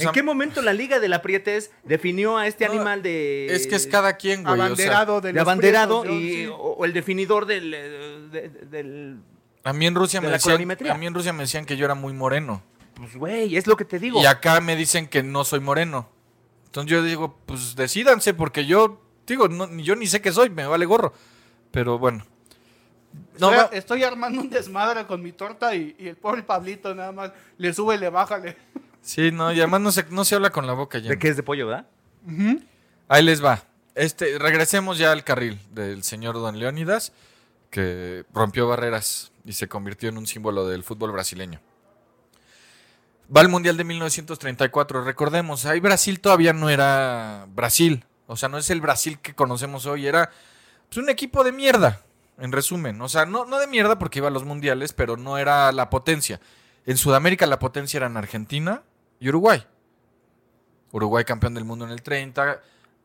[SPEAKER 3] en
[SPEAKER 4] am-
[SPEAKER 3] qué momento la Liga de la Prietes definió a este
[SPEAKER 4] No,
[SPEAKER 3] animal de
[SPEAKER 4] Es que es cada quien, güey. o sea,
[SPEAKER 1] Abanderado de,
[SPEAKER 3] de,
[SPEAKER 1] los
[SPEAKER 3] abanderado
[SPEAKER 1] prietos,
[SPEAKER 3] y
[SPEAKER 1] yo- sí.
[SPEAKER 3] o, o el definidor del, eh, de- de- del-
[SPEAKER 4] a mí en Rusia
[SPEAKER 3] de
[SPEAKER 4] me
[SPEAKER 3] la
[SPEAKER 4] decían,
[SPEAKER 3] colorimetría.
[SPEAKER 4] a mí en Rusia me decían que yo era muy moreno.
[SPEAKER 3] pues güey, es lo que te digo.
[SPEAKER 4] Y acá me dicen que no soy moreno. Entonces yo digo, pues decídanse, porque yo, digo, no, ni- yo ni sé qué soy, me vale gorro. Pero bueno. No,
[SPEAKER 1] Estoy-
[SPEAKER 4] va-
[SPEAKER 1] Estoy armando un desmadre con mi torta y, y el pobre Pablito nada más le sube, le bájale.
[SPEAKER 4] sí, no, y además no se, no se habla con la boca ya.
[SPEAKER 3] ¿De qué es de pollo, verdad?
[SPEAKER 4] Ahí les va. Este, regresemos ya al carril del señor Don Leónidas, que rompió barreras y se convirtió en un símbolo del fútbol brasileño. Va al Mundial de 1934. Recordemos, ahí Brasil todavía no era Brasil. O sea, no es el Brasil que conocemos hoy. Era pues, un equipo de mierda, en resumen. O sea, no, no de mierda porque iba a los mundiales, pero no era la potencia. En Sudamérica la potencia eran Argentina y Uruguay. Uruguay campeón del mundo en el 30,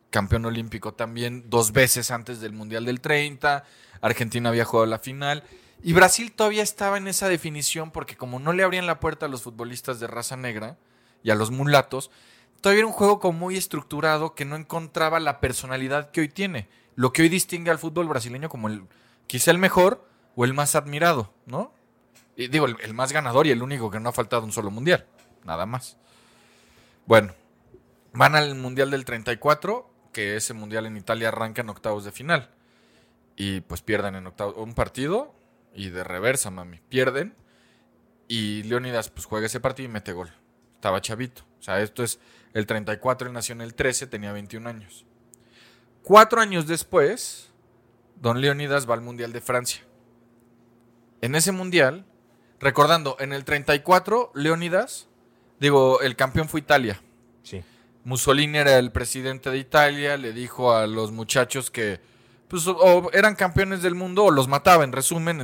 [SPEAKER 4] campeón olímpico también dos veces antes del Mundial del 30, Argentina había jugado la final y Brasil todavía estaba en esa definición porque como no le abrían la puerta a los futbolistas de raza negra y a los mulatos, todavía era un juego como muy estructurado que no encontraba la personalidad que hoy tiene, lo que hoy distingue al fútbol brasileño como el quizá el mejor o el más admirado, ¿no? Y digo, el, el más ganador y el único que no ha faltado un solo mundial, nada más. Bueno, Van al Mundial del 34, que ese Mundial en Italia arranca en octavos de final. Y pues pierden en octavos un partido y de reversa, mami. Pierden y Leónidas pues juega ese partido y mete gol. Estaba chavito. O sea, esto es el 34, él nació en el 13, tenía 21 años. Cuatro años después, don Leónidas va al Mundial de Francia. En ese Mundial, recordando, en el 34, Leónidas, digo, el campeón fue Italia.
[SPEAKER 3] Sí.
[SPEAKER 4] Mussolini era el presidente de Italia, le dijo a los muchachos que pues, o- o eran campeones del mundo o los mataba, en resumen.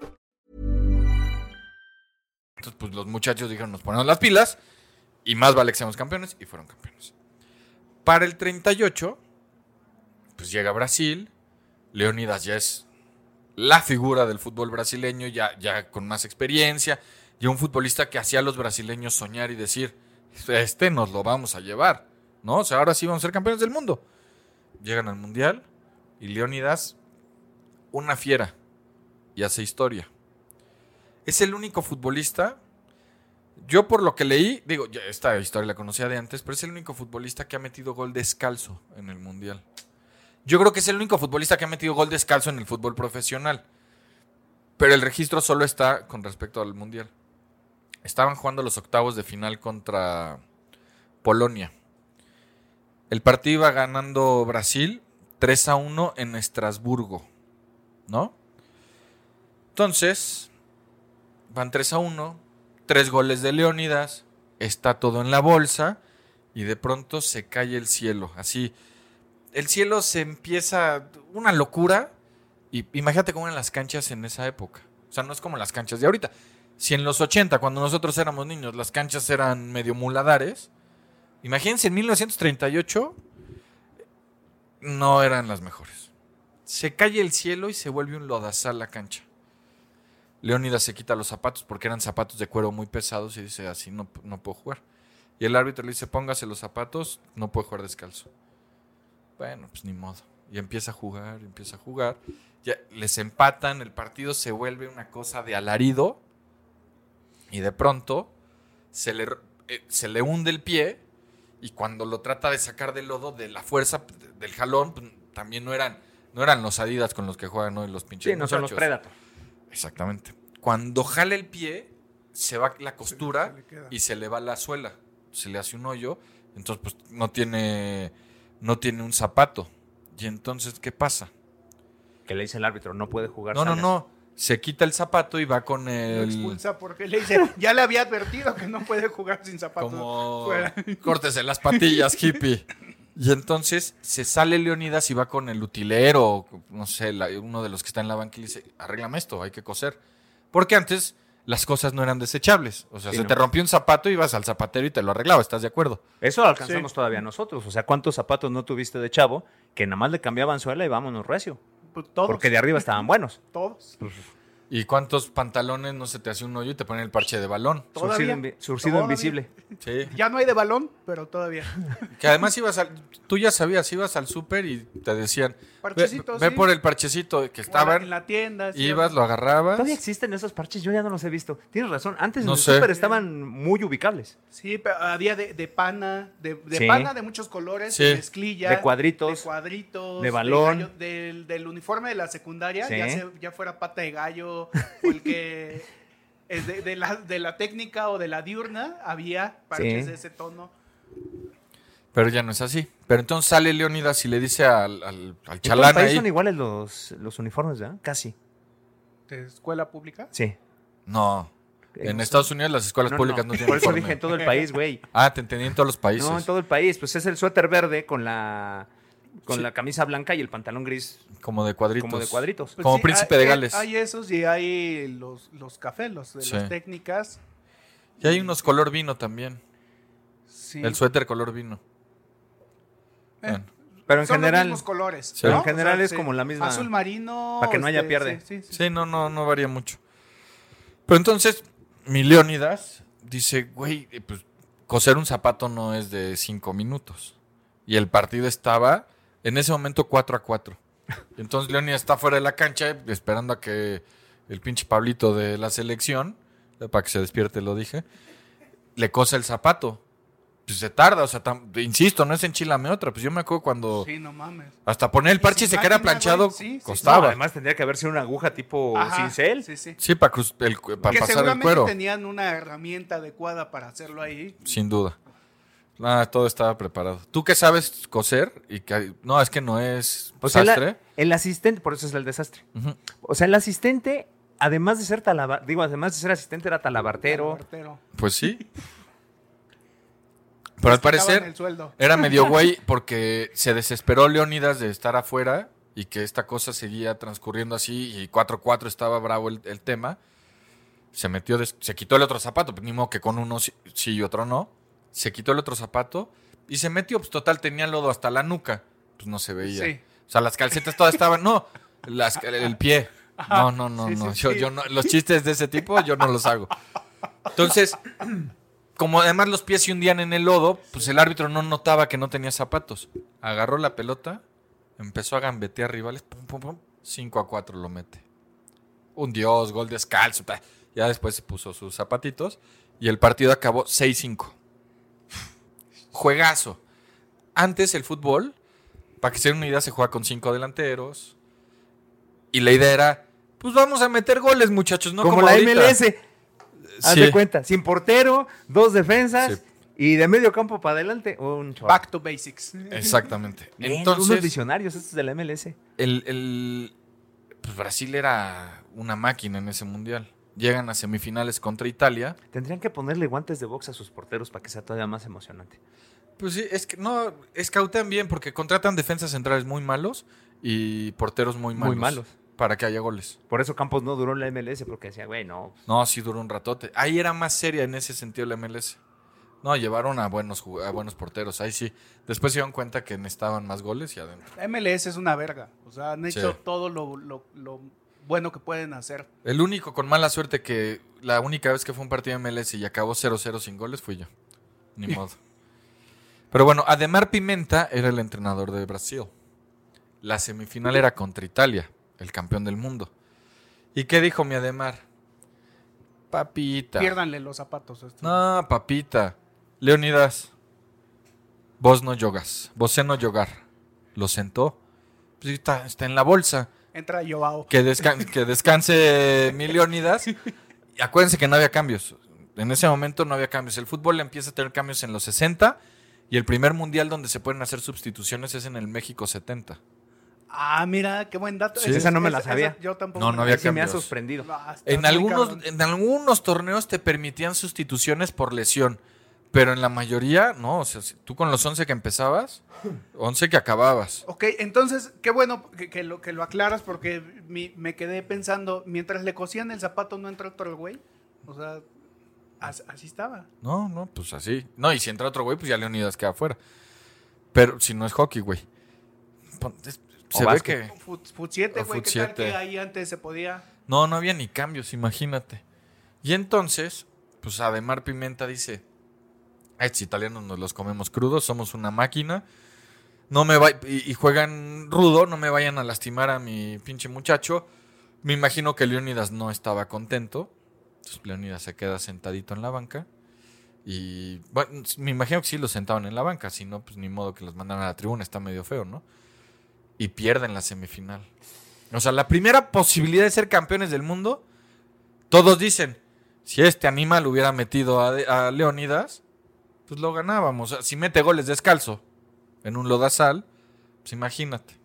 [SPEAKER 4] Entonces, pues los muchachos dijeron, nos ponemos las pilas y más vale que seamos campeones y fueron campeones. Para el 38, pues llega Brasil, Leonidas ya es la figura del fútbol brasileño, ya, ya con más experiencia, y un futbolista que hacía a los brasileños soñar y decir, este nos lo vamos a llevar, ¿no? O sea, ahora sí vamos a ser campeones del mundo. Llegan al Mundial y Leonidas, una fiera, y hace historia. Es el único futbolista, yo por lo que leí, digo, ya esta historia la conocía de antes, pero es el único futbolista que ha metido gol descalzo en el Mundial. Yo creo que es el único futbolista que ha metido gol descalzo en el fútbol profesional. Pero el registro solo está con respecto al Mundial. Estaban jugando los octavos de final contra Polonia. El partido iba ganando Brasil 3 a 1 en Estrasburgo. ¿No? Entonces, van 3 a 1, tres goles de Leónidas, está todo en la bolsa y de pronto se cae el cielo. Así, el cielo se empieza una locura. Y imagínate cómo eran las canchas en esa época. O sea, no es como las canchas de ahorita. Si en los 80, cuando nosotros éramos niños, las canchas eran medio muladares, imagínense en 1938 no eran las mejores. Se cae el cielo y se vuelve un lodazal la cancha. Leónidas se quita los zapatos porque eran zapatos de cuero muy pesados y dice, así no, no puedo jugar. Y el árbitro le dice, póngase los zapatos, no puede jugar descalzo. Bueno, pues ni modo. Y empieza a jugar, y empieza a jugar. Ya les empatan, el partido se vuelve una cosa de alarido. Y de pronto se le, eh, se le hunde el pie Y cuando lo trata de sacar del lodo, de la fuerza p- del jalón, pues, también no eran, no eran los Adidas con los que juegan hoy los pinches.
[SPEAKER 3] Sí, no son los
[SPEAKER 4] muchachos.
[SPEAKER 3] Predator.
[SPEAKER 4] Exactamente. Cuando jala el pie, se va la costura
[SPEAKER 1] Se le queda.
[SPEAKER 4] y se le va la suela. Se le hace un hoyo. Entonces, pues no tiene, no tiene un zapato. Y entonces, ¿qué pasa?
[SPEAKER 3] Que le dice el árbitro, no puede jugar.
[SPEAKER 4] No, no,
[SPEAKER 3] Salas.
[SPEAKER 4] no. Se quita el zapato y va con
[SPEAKER 1] Lo
[SPEAKER 4] el.
[SPEAKER 1] expulsa porque le dice, ya le había advertido que no puede jugar sin zapatos
[SPEAKER 4] Como.
[SPEAKER 1] fuera.
[SPEAKER 4] Córtese las patillas, hippie. Y entonces se sale Leonidas y va con el utilero, no sé, la- uno de los que está en la banca y le dice: Arréglame esto, hay que coser. Porque antes las cosas no eran desechables. O sea,
[SPEAKER 3] Sí,
[SPEAKER 4] se
[SPEAKER 3] no.
[SPEAKER 4] te rompió un zapato, ibas al zapatero y te lo arreglaba, ¿estás de acuerdo?
[SPEAKER 3] Eso lo alcanzamos todavía nosotros. O sea, ¿cuántos zapatos no tuviste de chavo que nada más le cambiaban suela y vámonos recio?
[SPEAKER 1] Pues todos,
[SPEAKER 3] Porque de arriba estaban buenos.
[SPEAKER 1] todos.
[SPEAKER 4] ¿Y cuántos pantalones no se te hace un hoyo y te ponen el parche de balón?
[SPEAKER 1] Todavía.
[SPEAKER 3] Surcido, invi- surcido
[SPEAKER 1] Todavía.
[SPEAKER 3] invisible.
[SPEAKER 4] Sí.
[SPEAKER 1] Ya no hay de balón, pero todavía.
[SPEAKER 4] Que además ibas al, tú ya sabías, ibas al súper y te decían, ve,
[SPEAKER 1] Parchecito,
[SPEAKER 4] ve
[SPEAKER 1] sí.
[SPEAKER 4] por el parchecito que estaba,
[SPEAKER 1] en la tienda. sí.
[SPEAKER 4] ibas, lo agarrabas.
[SPEAKER 3] Todavía existen esos parches, yo ya no los he visto. Tienes razón, antes
[SPEAKER 4] No
[SPEAKER 3] en el
[SPEAKER 4] sé.
[SPEAKER 3] súper estaban muy ubicables.
[SPEAKER 1] Sí, pero había de, de pana, de, de
[SPEAKER 3] Sí.
[SPEAKER 1] pana de muchos colores,
[SPEAKER 4] Sí.
[SPEAKER 1] de mezclilla,
[SPEAKER 3] De cuadritos,
[SPEAKER 1] de cuadritos,
[SPEAKER 3] de balón.
[SPEAKER 1] gallo- del, del uniforme de la secundaria,
[SPEAKER 3] Sí.
[SPEAKER 1] ya, se- ya fuera pata de gallo, o el que es de, de la, de la técnica o de la diurna, había parches
[SPEAKER 3] Sí.
[SPEAKER 1] de ese tono.
[SPEAKER 4] Pero ya no es así. Pero entonces sale Leonidas y le dice al, al, al
[SPEAKER 3] En todo el
[SPEAKER 4] chalán
[SPEAKER 3] país
[SPEAKER 4] ahí.
[SPEAKER 3] son iguales los, los uniformes, ¿verdad? Casi.
[SPEAKER 1] ¿De escuela pública?
[SPEAKER 3] Sí.
[SPEAKER 4] No, en Estados Unidos las escuelas
[SPEAKER 3] No, no,
[SPEAKER 4] públicas no, tienen
[SPEAKER 3] Por eso
[SPEAKER 4] uniforme.
[SPEAKER 3] dije en todo el país, güey.
[SPEAKER 4] Ah, te entendí en todos los países.
[SPEAKER 3] No, en todo el país. Pues es el suéter verde con la con
[SPEAKER 4] Sí.
[SPEAKER 3] la camisa blanca y el pantalón gris
[SPEAKER 4] Como de cuadritos.
[SPEAKER 3] como de cuadritos.
[SPEAKER 1] Pues
[SPEAKER 4] Como
[SPEAKER 1] sí,
[SPEAKER 4] príncipe
[SPEAKER 1] hay-
[SPEAKER 4] de Gales.
[SPEAKER 1] Hay esos y hay los, los cafés, los de
[SPEAKER 4] Sí.
[SPEAKER 1] las técnicas.
[SPEAKER 4] Y hay unos color vino también.
[SPEAKER 1] Sí.
[SPEAKER 4] El suéter color vino.
[SPEAKER 3] Eh.
[SPEAKER 4] Bueno.
[SPEAKER 3] Pero en
[SPEAKER 1] Son los
[SPEAKER 3] general
[SPEAKER 1] mismos colores.
[SPEAKER 4] Pero en
[SPEAKER 3] general es como la misma-
[SPEAKER 1] Azul marino. este,
[SPEAKER 3] Para que no haya pierde.
[SPEAKER 1] sí, sí, sí.
[SPEAKER 4] Sí, no, no, no varía mucho. Pero entonces, mi Leónidas dice, güey, eh, pues coser un zapato no es de cinco minutos. Y el partido estaba en ese momento 4 a 4. Entonces Leónidas está fuera de la cancha eh, esperando a que el pinche Pablito de la selección, eh, para que se despierte lo dije, le cose el zapato. Pues se tarda, o sea, tam- insisto, no es enchilame otra. Pues yo me acuerdo
[SPEAKER 3] Oh.
[SPEAKER 4] cuando
[SPEAKER 1] Sí, no mames.
[SPEAKER 4] hasta poner el
[SPEAKER 1] Y
[SPEAKER 4] parche
[SPEAKER 1] sin
[SPEAKER 4] se queda
[SPEAKER 1] máquina,
[SPEAKER 4] planchado
[SPEAKER 1] güey, sí, sí,
[SPEAKER 4] costaba.
[SPEAKER 3] No, además tendría que haber sido una aguja tipo
[SPEAKER 1] Ajá,
[SPEAKER 3] cincel.
[SPEAKER 1] Sí, sí.
[SPEAKER 4] Sí, para, cruz- el cu- para
[SPEAKER 1] que
[SPEAKER 4] pasar el
[SPEAKER 1] seguramente
[SPEAKER 4] cuero,
[SPEAKER 1] tenían una herramienta adecuada para hacerlo ahí.
[SPEAKER 4] sin duda. Nada, todo estaba preparado. ¿Tú qué sabes coser? y que, No, es que no es
[SPEAKER 3] O sea, Pues la-
[SPEAKER 4] sastre.
[SPEAKER 3] el asistente, por eso es el desastre.
[SPEAKER 4] Ujú.
[SPEAKER 3] O sea, el asistente, además de ser talaba- digo, además de ser asistente, era talabartero.
[SPEAKER 1] Bartero.
[SPEAKER 4] Pues sí. Pero al
[SPEAKER 1] Sacaban
[SPEAKER 4] parecer
[SPEAKER 1] El sueldo.
[SPEAKER 4] era medio güey porque se desesperó Leonidas de estar afuera y que esta cosa seguía transcurriendo así y 4-4 estaba bravo el, el tema. Se metió, des- se quitó el otro zapato, pues, ni modo que con uno sí, sí y otro no. Se quitó el otro zapato y se metió, pues total tenía lodo hasta la nuca. Pues no se veía.
[SPEAKER 1] Sí.
[SPEAKER 4] O sea, las calcetas todas estaban, no, las, el, el pie. No, no, no,
[SPEAKER 1] Sí, sí,
[SPEAKER 4] no. Yo,
[SPEAKER 1] sí.
[SPEAKER 4] yo no. Los chistes de ese tipo yo no los hago. Entonces, como además los pies se hundían en el lodo, pues el árbitro no notaba que no tenía zapatos. Agarró la pelota, empezó a gambetear rivales, pum, pum, pum, 5 a 4 lo mete. Un dios, gol descalzo. ta. Ya después se puso sus zapatitos y el partido acabó 6-5. Juegazo. Antes el fútbol, para que se den una idea, se juega con cinco delanteros. Y la idea era, pues vamos a meter goles, muchachos, no
[SPEAKER 3] como,
[SPEAKER 4] como,
[SPEAKER 3] la
[SPEAKER 4] ahorita.
[SPEAKER 3] MLS. Haz
[SPEAKER 4] Sí.
[SPEAKER 3] de cuenta, sin portero, dos defensas
[SPEAKER 4] Sí.
[SPEAKER 3] y de medio campo para adelante un chaval.
[SPEAKER 1] Back to basics.
[SPEAKER 4] Exactamente.
[SPEAKER 3] Bien, unos
[SPEAKER 4] Entonces,
[SPEAKER 3] visionarios estos de la MLS.
[SPEAKER 4] el, el- pues, Brasil era una máquina en ese mundial. Llegan a semifinales contra Italia.
[SPEAKER 3] Tendrían que ponerle guantes de box a sus porteros para que sea todavía más emocionante.
[SPEAKER 4] Pues sí, es que no, escautean bien porque contratan defensas centrales muy malos y porteros muy malos.
[SPEAKER 3] Muy malos.
[SPEAKER 4] Para que haya goles.
[SPEAKER 3] Por eso Campos no duró en la MLS porque decía, güey, no.
[SPEAKER 4] No, sí duró un ratote. Ahí era más seria en ese sentido la MLS. No, llevaron a buenos, jug- a buenos porteros. Ahí sí. Después se dieron cuenta que necesitaban más goles y adentro.
[SPEAKER 1] La MLS es una verga. O sea, han hecho
[SPEAKER 4] Sí.
[SPEAKER 1] todo lo, lo- lo bueno que pueden hacer.
[SPEAKER 4] El único con mala suerte que la única vez que fue un partido de MLS y acabó 0-0 sin goles fui yo. Ni modo. Pero bueno, Ademar Pimenta era el entrenador de Brasil. La semifinal era contra Italia, el campeón del mundo. ¿Y qué dijo mi Ademar? Papita.
[SPEAKER 1] Piérdanle los zapatos. a estos.
[SPEAKER 4] No, papita. Leonidas, Vos no yogas. Vos sé no yogar. Lo sentó. Pues está, está en la bolsa.
[SPEAKER 1] Entra Joao.
[SPEAKER 4] Que, descan- que descanse mi Leónidas. Y acuérdense que no había cambios. En ese momento no había cambios. El fútbol empieza a tener cambios en los 60 y el primer mundial donde se pueden hacer sustituciones es en el México 70.
[SPEAKER 1] Ah, mira, qué buen dato.
[SPEAKER 4] Sí.
[SPEAKER 1] Ese-
[SPEAKER 3] Esa no me
[SPEAKER 1] ese-
[SPEAKER 3] la sabía.
[SPEAKER 1] esa yo tampoco.
[SPEAKER 4] No,
[SPEAKER 1] me
[SPEAKER 4] no
[SPEAKER 1] la
[SPEAKER 4] había
[SPEAKER 3] Sí me ha
[SPEAKER 4] cambios.
[SPEAKER 3] sorprendido.
[SPEAKER 1] Ah, está
[SPEAKER 4] En
[SPEAKER 1] muy
[SPEAKER 4] algunos,
[SPEAKER 1] cabrón.
[SPEAKER 4] en algunos torneos te permitían sustituciones por lesión, pero en la mayoría no. O sea, si tú con los 11 que empezabas, 11 que acababas.
[SPEAKER 1] Ok, entonces, qué bueno que, que lo, que lo aclaras porque mi- me quedé pensando, mientras le cosían el zapato no entra otro güey. O sea, as- así estaba.
[SPEAKER 4] No, no, pues así. No, y si entra otro güey, pues ya Leonidas queda afuera. Pero si no es hockey, güey. Pon- es-
[SPEAKER 3] O
[SPEAKER 4] Se ve
[SPEAKER 3] básquet.
[SPEAKER 4] que.
[SPEAKER 1] Fut, fut 7,
[SPEAKER 4] O
[SPEAKER 1] güey,
[SPEAKER 4] fut
[SPEAKER 1] ¿qué tal que
[SPEAKER 4] siete.
[SPEAKER 1] ahí antes se podía?
[SPEAKER 4] No, no había ni cambios, imagínate. Y entonces, pues Ademar Pimenta dice, a estos italianos nos los comemos crudos, somos una máquina, no me va y, y juegan rudo, no me vayan a lastimar a mi pinche muchacho. Me imagino que Leónidas no estaba contento. Entonces Leónidas se queda sentadito en la banca. Y bueno, me imagino que sí los sentaban en la banca, si no, pues ni modo que los mandaran a la tribuna, está medio feo, ¿no? Y pierden la semifinal. O sea, la primera posibilidad de ser campeones del mundo, todos dicen, si este animal hubiera metido a, De- a Leonidas, pues lo ganábamos. O sea, si mete goles descalzo en un lodazal, pues imagínate.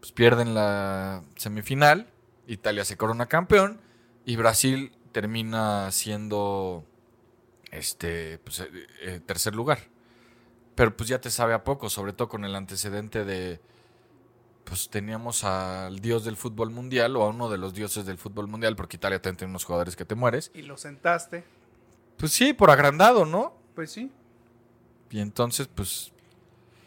[SPEAKER 4] Pues pierden la semifinal, Italia se corona campeón y Brasil termina siendo este pues, eh, eh, tercer lugar. Pero pues ya te sabe a poco, sobre todo con el antecedente de pues teníamos al dios del fútbol mundial o a uno de los dioses del fútbol mundial, porque Italia también tiene unos jugadores que te mueres.
[SPEAKER 1] Y lo sentaste.
[SPEAKER 4] Pues sí, por agrandado, ¿no?
[SPEAKER 1] Pues sí.
[SPEAKER 4] Y entonces, pues,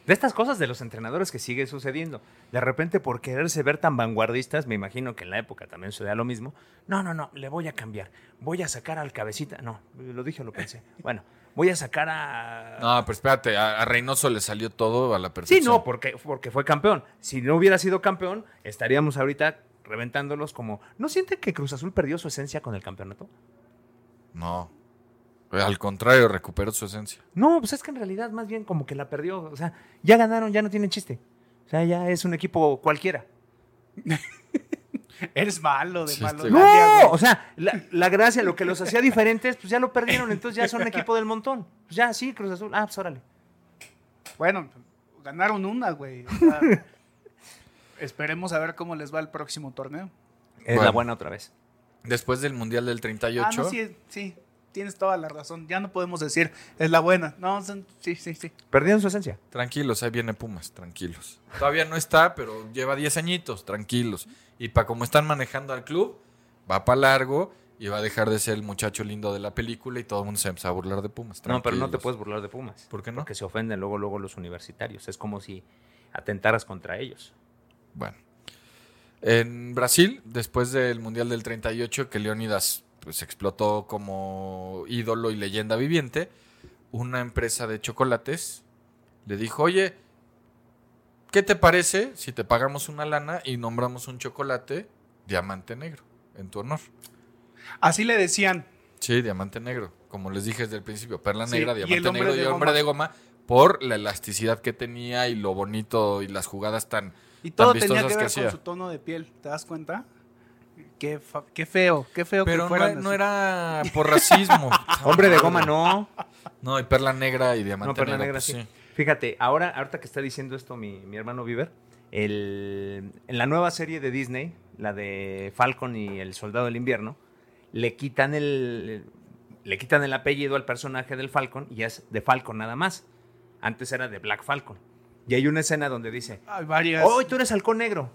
[SPEAKER 3] De estas cosas de los entrenadores que sigue sucediendo. De repente, por quererse ver tan vanguardistas, me imagino que en la época también sucedía lo mismo. No, no, no, le voy a cambiar. Voy a sacar al cabecita. No, lo dije o lo pensé. Bueno, voy a sacar a.
[SPEAKER 4] no, pues pero espérate, a, a Reynoso le salió todo a la
[SPEAKER 3] Sí,
[SPEAKER 4] perfección.
[SPEAKER 3] no, porque, porque fue campeón. Si no hubiera sido campeón, estaríamos ahorita reventándolos como... ¿No sienten que Cruz Azul perdió su esencia con el campeonato?
[SPEAKER 4] No. Al contrario, recuperó su esencia.
[SPEAKER 3] No, pues es que en realidad más bien como que la perdió. O sea, ya ganaron, ya no tienen chiste. O sea, ya es un equipo cualquiera.
[SPEAKER 1] Eres malo de
[SPEAKER 4] Sí,
[SPEAKER 1] malo.
[SPEAKER 4] estoy-
[SPEAKER 1] de día,
[SPEAKER 3] No,
[SPEAKER 1] güey.
[SPEAKER 3] o sea, la, la gracia, lo que los hacía diferentes, pues ya lo perdieron, entonces ya son equipo del montón. Pues ya, sí, Cruz Azul. Ah, pues órale.
[SPEAKER 1] Bueno, ganaron una, güey. o sea, esperemos a ver cómo les va el próximo torneo.
[SPEAKER 3] Es
[SPEAKER 4] Bueno.
[SPEAKER 3] la buena otra vez.
[SPEAKER 4] Después del Mundial del 38,
[SPEAKER 1] Ah, no, sí, sí. Tienes toda la razón. Ya no podemos decir, es la buena. No, son- sí, sí, sí.
[SPEAKER 3] Perdieron su esencia.
[SPEAKER 4] tranquilos, ahí viene Pumas, tranquilos. Todavía no está, pero lleva 10 añitos, tranquilos. Y para como están manejando al club, va para largo y va a dejar de ser el muchacho lindo de la película y todo el mundo se empieza a burlar de
[SPEAKER 3] No,
[SPEAKER 4] Pumas.
[SPEAKER 3] pero no te
[SPEAKER 4] tranquilos.
[SPEAKER 3] puedes burlar de Pumas.
[SPEAKER 4] ¿Por qué no?
[SPEAKER 3] Porque se ofenden luego, luego los universitarios. Es como si atentaras contra ellos.
[SPEAKER 4] Bueno. En Brasil, después del Mundial del 38, que Leónidas pues, explotó como ídolo y leyenda viviente, una empresa de chocolates le dijo, oye, ¿qué te parece si te pagamos una lana y nombramos un chocolate diamante negro en tu honor?
[SPEAKER 1] Así le decían.
[SPEAKER 4] Sí, diamante negro. Como les dije desde el principio, perla
[SPEAKER 1] Sí,
[SPEAKER 4] negra,
[SPEAKER 1] y el
[SPEAKER 4] diamante
[SPEAKER 1] hombre
[SPEAKER 4] negro
[SPEAKER 1] de
[SPEAKER 4] y hombre
[SPEAKER 1] goma.
[SPEAKER 4] de goma por la elasticidad que tenía y lo bonito y las jugadas tan...
[SPEAKER 1] Y
[SPEAKER 4] tan
[SPEAKER 1] todo tenía que
[SPEAKER 4] vistosas
[SPEAKER 1] ver con
[SPEAKER 4] hacía.
[SPEAKER 1] su tono de piel. ¿Te das cuenta? Qué, fa- qué feo, qué feo
[SPEAKER 4] Pero
[SPEAKER 1] que
[SPEAKER 4] no,
[SPEAKER 1] fueran
[SPEAKER 4] era- no
[SPEAKER 1] así.
[SPEAKER 4] era por racismo.
[SPEAKER 3] Hombre de goma, Ah, no.
[SPEAKER 4] No, y perla negra y diamante
[SPEAKER 3] No, perla
[SPEAKER 4] negro,
[SPEAKER 3] negra,
[SPEAKER 4] pues
[SPEAKER 3] sí.
[SPEAKER 4] sí.
[SPEAKER 3] Fíjate, ahora, ahorita que está diciendo esto mi, mi hermano Viver, el- en la nueva serie de Disney, la de Falcon y el Soldado del Invierno, le quitan el, le quitan el apellido al personaje del Falcon y es de Falcon nada más. Antes era de Black Falcon. Y hay una escena donde dice,
[SPEAKER 1] Hay varias.
[SPEAKER 3] ¡Oh, tú eres halcón negro!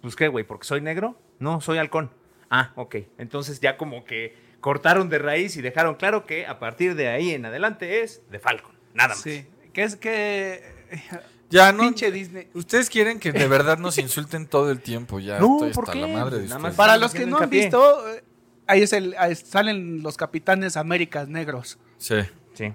[SPEAKER 3] Pues qué, güey, porque soy negro. No, soy halcón. Ah, ok. Entonces ya como que cortaron de raíz y dejaron claro que a partir de ahí en adelante es de Falcon. Nada más.
[SPEAKER 1] Sí. Que es que. eh,
[SPEAKER 4] Ya no.
[SPEAKER 1] Pinche Disney.
[SPEAKER 4] Ustedes quieren que de verdad nos insulten todo el tiempo. Ya
[SPEAKER 3] No,
[SPEAKER 4] estoy
[SPEAKER 3] ¿por
[SPEAKER 4] hasta
[SPEAKER 3] qué?
[SPEAKER 4] la madre de
[SPEAKER 3] Nada más
[SPEAKER 4] ustedes.
[SPEAKER 1] Para
[SPEAKER 3] Estamos
[SPEAKER 1] los que
[SPEAKER 3] haciendo
[SPEAKER 1] no han
[SPEAKER 3] hincapié.
[SPEAKER 1] visto, eh, ahí, es el, ahí salen los capitanes Américas negros.
[SPEAKER 4] Sí.
[SPEAKER 3] Sí.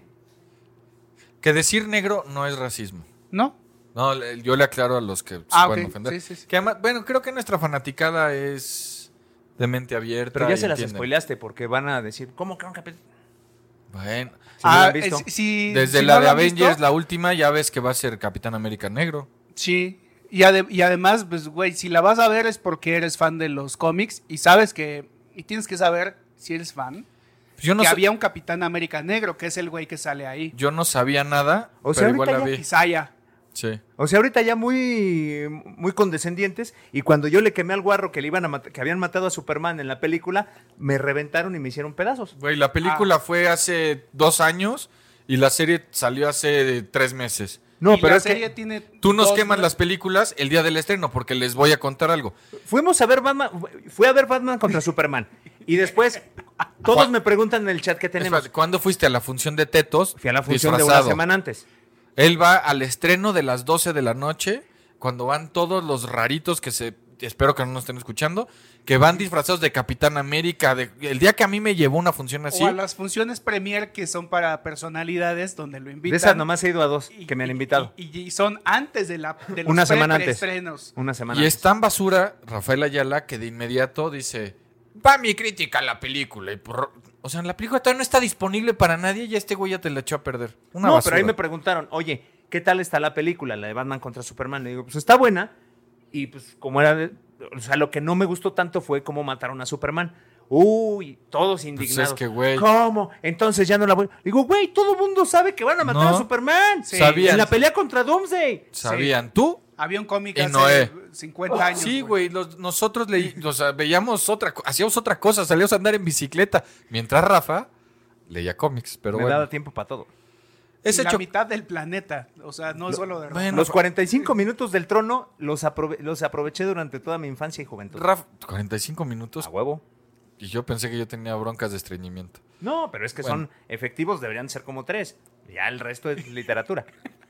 [SPEAKER 4] Que decir negro no es racismo.
[SPEAKER 1] ¿No?
[SPEAKER 4] No, le- yo le aclaro a los que se
[SPEAKER 1] Ah,
[SPEAKER 4] pueden
[SPEAKER 1] ok.
[SPEAKER 4] ofender.
[SPEAKER 1] Sí, sí, sí.
[SPEAKER 4] Que además, bueno, creo que nuestra fanaticada es de mente abierta.
[SPEAKER 3] Pero ya
[SPEAKER 4] y
[SPEAKER 3] se las
[SPEAKER 4] entienden.
[SPEAKER 3] spoileaste porque van a decir, ¿cómo que un capítulo?
[SPEAKER 4] Bueno.
[SPEAKER 3] lo
[SPEAKER 1] Ah,
[SPEAKER 3] han visto.
[SPEAKER 1] eh, sí,
[SPEAKER 4] Desde
[SPEAKER 1] si
[SPEAKER 4] la
[SPEAKER 1] no
[SPEAKER 4] de
[SPEAKER 1] lo han
[SPEAKER 4] Avengers,
[SPEAKER 1] visto,
[SPEAKER 4] la última, ya ves que va a ser Capitán América Negro.
[SPEAKER 1] Sí. Y, ade- y además, pues, güey, si la vas a ver es porque eres fan de los cómics y sabes que. Y tienes que saber si eres fan.
[SPEAKER 4] Pues Yo no,
[SPEAKER 1] que
[SPEAKER 4] sa-
[SPEAKER 1] había un Capitán América negro, que es el güey que sale ahí.
[SPEAKER 4] yo no sabía nada,
[SPEAKER 3] O sea,
[SPEAKER 4] pero
[SPEAKER 3] ahorita
[SPEAKER 4] igual la
[SPEAKER 3] ya
[SPEAKER 4] vi.
[SPEAKER 1] Isaiah.
[SPEAKER 4] Sí.
[SPEAKER 3] O sea, ahorita ya muy, muy condescendientes. Y cuando yo le quemé al guarro que, le iban a mat- que habían matado a Superman en la película, me reventaron y me hicieron pedazos.
[SPEAKER 4] Güey, la
[SPEAKER 3] Ah.
[SPEAKER 4] película fue hace dos años y la serie salió hace tres meses.
[SPEAKER 3] No,
[SPEAKER 1] Y
[SPEAKER 3] pero
[SPEAKER 1] la
[SPEAKER 3] es que
[SPEAKER 1] serie tiene
[SPEAKER 4] Tú nos
[SPEAKER 1] dos,
[SPEAKER 4] quemas
[SPEAKER 1] ¿no?
[SPEAKER 4] las películas el día del estreno porque les voy a contar algo.
[SPEAKER 3] fuimos a ver Batman, fui a ver Batman contra Superman. Y después todos me preguntan en el chat que tenemos.
[SPEAKER 4] Espérate, ¿Cuándo fuiste a la función de Tetos?
[SPEAKER 3] Fui a la función de
[SPEAKER 4] disfrazado?
[SPEAKER 3] una semana antes.
[SPEAKER 4] Él va al estreno de las 12 de la noche, cuando van todos los raritos que se. Espero que no nos estén escuchando, que van disfrazados de Capitán América. de- el día que a mí me llevó una función así.
[SPEAKER 1] O a las funciones premier que son para personalidades donde lo invitan.
[SPEAKER 3] De esas nomás he ido a dos
[SPEAKER 1] Y-
[SPEAKER 3] que me han
[SPEAKER 1] y-
[SPEAKER 3] invitado.
[SPEAKER 1] Y, y son antes de, la, de los
[SPEAKER 3] Una semana antes.
[SPEAKER 1] estrenos.
[SPEAKER 3] Una semana
[SPEAKER 4] Y este,
[SPEAKER 3] antes.
[SPEAKER 4] es tan basura Rafael Ayala que de inmediato dice, va mi crítica a la película. y por- O sea, la película todavía no está disponible para nadie y este güey ya te la echó a perder. Una
[SPEAKER 3] no,
[SPEAKER 4] basura.
[SPEAKER 3] pero ahí me preguntaron, oye, ¿qué tal está la película, la de Batman contra Superman? Le digo, pues está buena. Y pues como era, de- o sea, lo que no me gustó tanto fue cómo mataron a Superman. Uy, todos indignados.
[SPEAKER 4] Pues que, güey.
[SPEAKER 3] ¿Cómo? Entonces ya no la voy. Digo, güey, todo el mundo sabe que van a matar
[SPEAKER 4] No,
[SPEAKER 3] a Superman.
[SPEAKER 4] Sí. sabían.
[SPEAKER 3] En la pelea contra Doomsday.
[SPEAKER 4] ¿Sabían tú?
[SPEAKER 1] Había un cómic
[SPEAKER 4] Y
[SPEAKER 1] hace
[SPEAKER 4] Noé.
[SPEAKER 1] 50 años.
[SPEAKER 4] Sí, güey, los- nosotros leí- o sea, veíamos otra, co- hacíamos otra cosa, salíamos a andar en bicicleta, mientras Rafa leía cómics, pero
[SPEAKER 3] Me
[SPEAKER 4] bueno.
[SPEAKER 3] daba tiempo para todo.
[SPEAKER 4] Ese
[SPEAKER 1] la
[SPEAKER 4] cho-
[SPEAKER 1] mitad del planeta. O sea, no solo de
[SPEAKER 4] Bueno,
[SPEAKER 3] Los
[SPEAKER 4] Rafa-
[SPEAKER 3] 45 minutos del trono los, aprove- los aproveché durante toda mi infancia y juventud.
[SPEAKER 4] Rafa, 45 minutos
[SPEAKER 3] A huevo.
[SPEAKER 4] y yo pensé que yo tenía broncas de estreñimiento.
[SPEAKER 3] No, pero es que son efectivos, deberían ser como tres. Ya el resto es literatura.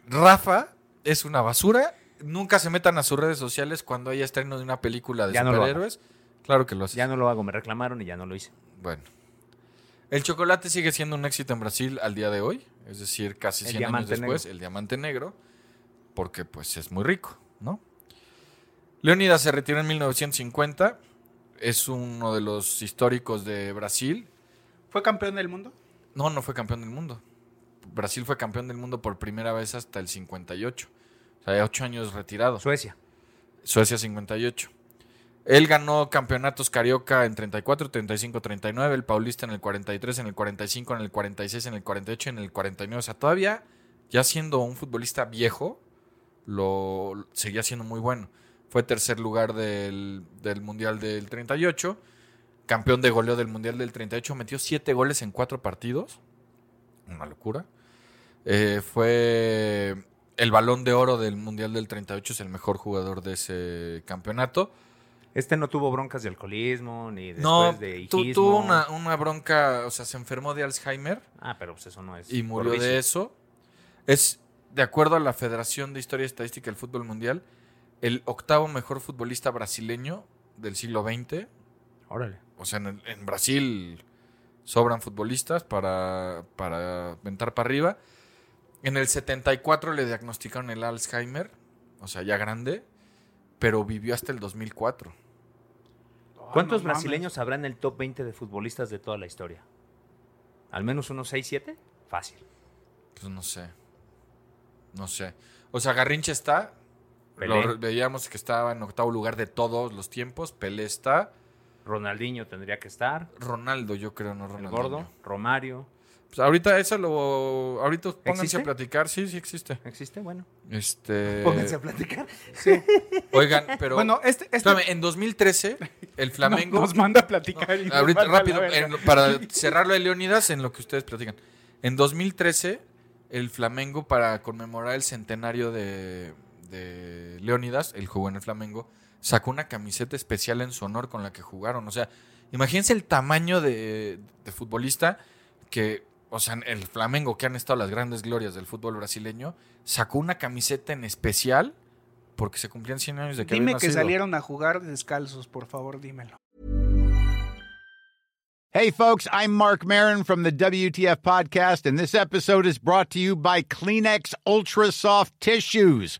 [SPEAKER 4] Rafa es una basura. Nunca se metan a sus redes sociales cuando haya estreno de una película de
[SPEAKER 3] Ya no lo
[SPEAKER 4] superhéroes. claro que lo haces.
[SPEAKER 3] Ya no lo hago, me reclamaron y ya no lo hice.
[SPEAKER 4] Bueno. El chocolate sigue siendo un éxito en Brasil al día de hoy. Es decir, casi
[SPEAKER 3] El
[SPEAKER 4] 100 años
[SPEAKER 3] diamante
[SPEAKER 4] después, el diamante negro. Porque pues es muy rico, ¿no? Leónidas se retiró en 1950. Es uno de los históricos de Brasil.
[SPEAKER 1] ¿Fue campeón del mundo?
[SPEAKER 4] No, no fue campeón del mundo. Brasil fue campeón del mundo por primera vez hasta el 58. O sea, ocho años retirado.
[SPEAKER 3] Suecia.
[SPEAKER 4] Suecia 58. Él ganó campeonatos carioca en 34, 35, 39, el paulista en el 43, en el 45, en el 46, en el 48, en el 49. O sea, todavía, ya siendo un futbolista viejo, lo seguía siendo muy bueno. Fue tercer lugar del, del Mundial del 38, campeón de goleo del Mundial del 38, metió siete goles en cuatro partidos. Una locura. Eh, fue el balón de oro del Mundial del 38, es el mejor jugador de ese campeonato.
[SPEAKER 3] Este no tuvo broncas de alcoholismo ni después
[SPEAKER 4] No,
[SPEAKER 3] de
[SPEAKER 4] tu-
[SPEAKER 3] hijismo.
[SPEAKER 4] tuvo una, una bronca, o sea, se enfermó de Alzheimer
[SPEAKER 3] Ah, pero pues eso no es.
[SPEAKER 4] y murió
[SPEAKER 3] por
[SPEAKER 4] de
[SPEAKER 3] vicio.
[SPEAKER 4] eso. Es, de acuerdo a la Federación de Historia y Estadística del Fútbol Mundial, el octavo mejor futbolista brasileño del siglo XX.
[SPEAKER 3] Órale.
[SPEAKER 4] O sea, en, el- en Brasil sobran futbolistas para, para ventar para arriba. En el 74 le diagnosticaron el Alzheimer, o sea, ya grande, pero vivió hasta el 2004.
[SPEAKER 3] ¿Cuántos
[SPEAKER 1] Ah, no mames.
[SPEAKER 3] brasileños habrá en el top 20 de futbolistas de toda la historia? ¿Al menos unos 6, 7? Fácil.
[SPEAKER 4] Pues no sé. No sé. O sea, Garrincha está.
[SPEAKER 3] Pelé.
[SPEAKER 4] Lo re- veíamos que estaba en octavo lugar de todos los tiempos. Pelé está.
[SPEAKER 3] Ronaldinho tendría que estar.
[SPEAKER 4] Ronaldo, yo creo, no Ronaldo.
[SPEAKER 3] El gordo. Romario.
[SPEAKER 4] Pues ahorita eso lo. Ahorita pónganse
[SPEAKER 3] ¿Existe?
[SPEAKER 4] a platicar. Sí, sí existe.
[SPEAKER 3] ¿Existe? Bueno.
[SPEAKER 4] Este.
[SPEAKER 3] Pónganse a platicar.
[SPEAKER 4] Oigan, pero.
[SPEAKER 1] Bueno, este, este
[SPEAKER 4] Espérame, en 2013, el
[SPEAKER 1] no-
[SPEAKER 4] Flamengo.
[SPEAKER 1] nos manda a platicar. y nos manda
[SPEAKER 4] Ahorita,
[SPEAKER 1] a la
[SPEAKER 4] rápido,
[SPEAKER 1] verga.
[SPEAKER 4] en lo- para cerrarlo de Leonidas en lo que ustedes platican. En 2013, el Flamengo, para conmemorar el centenario de, de Leonidas, el jugó en el Flamengo, sacó una camiseta especial en su honor con la que jugaron. O sea, imagínense el tamaño de, de futbolista que, o sea, el Flamengo, que han estado las grandes glorias del fútbol brasileño, sacó una camiseta en especial porque se cumplían 100 años de que
[SPEAKER 1] Dime
[SPEAKER 4] había
[SPEAKER 1] que
[SPEAKER 4] nacido.
[SPEAKER 1] salieron a jugar descalzos, por favor, dímelo.
[SPEAKER 5] Hey, folks, I'm Mark Marin from the WTF Podcast, and this episode is brought to you by Kleenex Ultra Soft Tissues.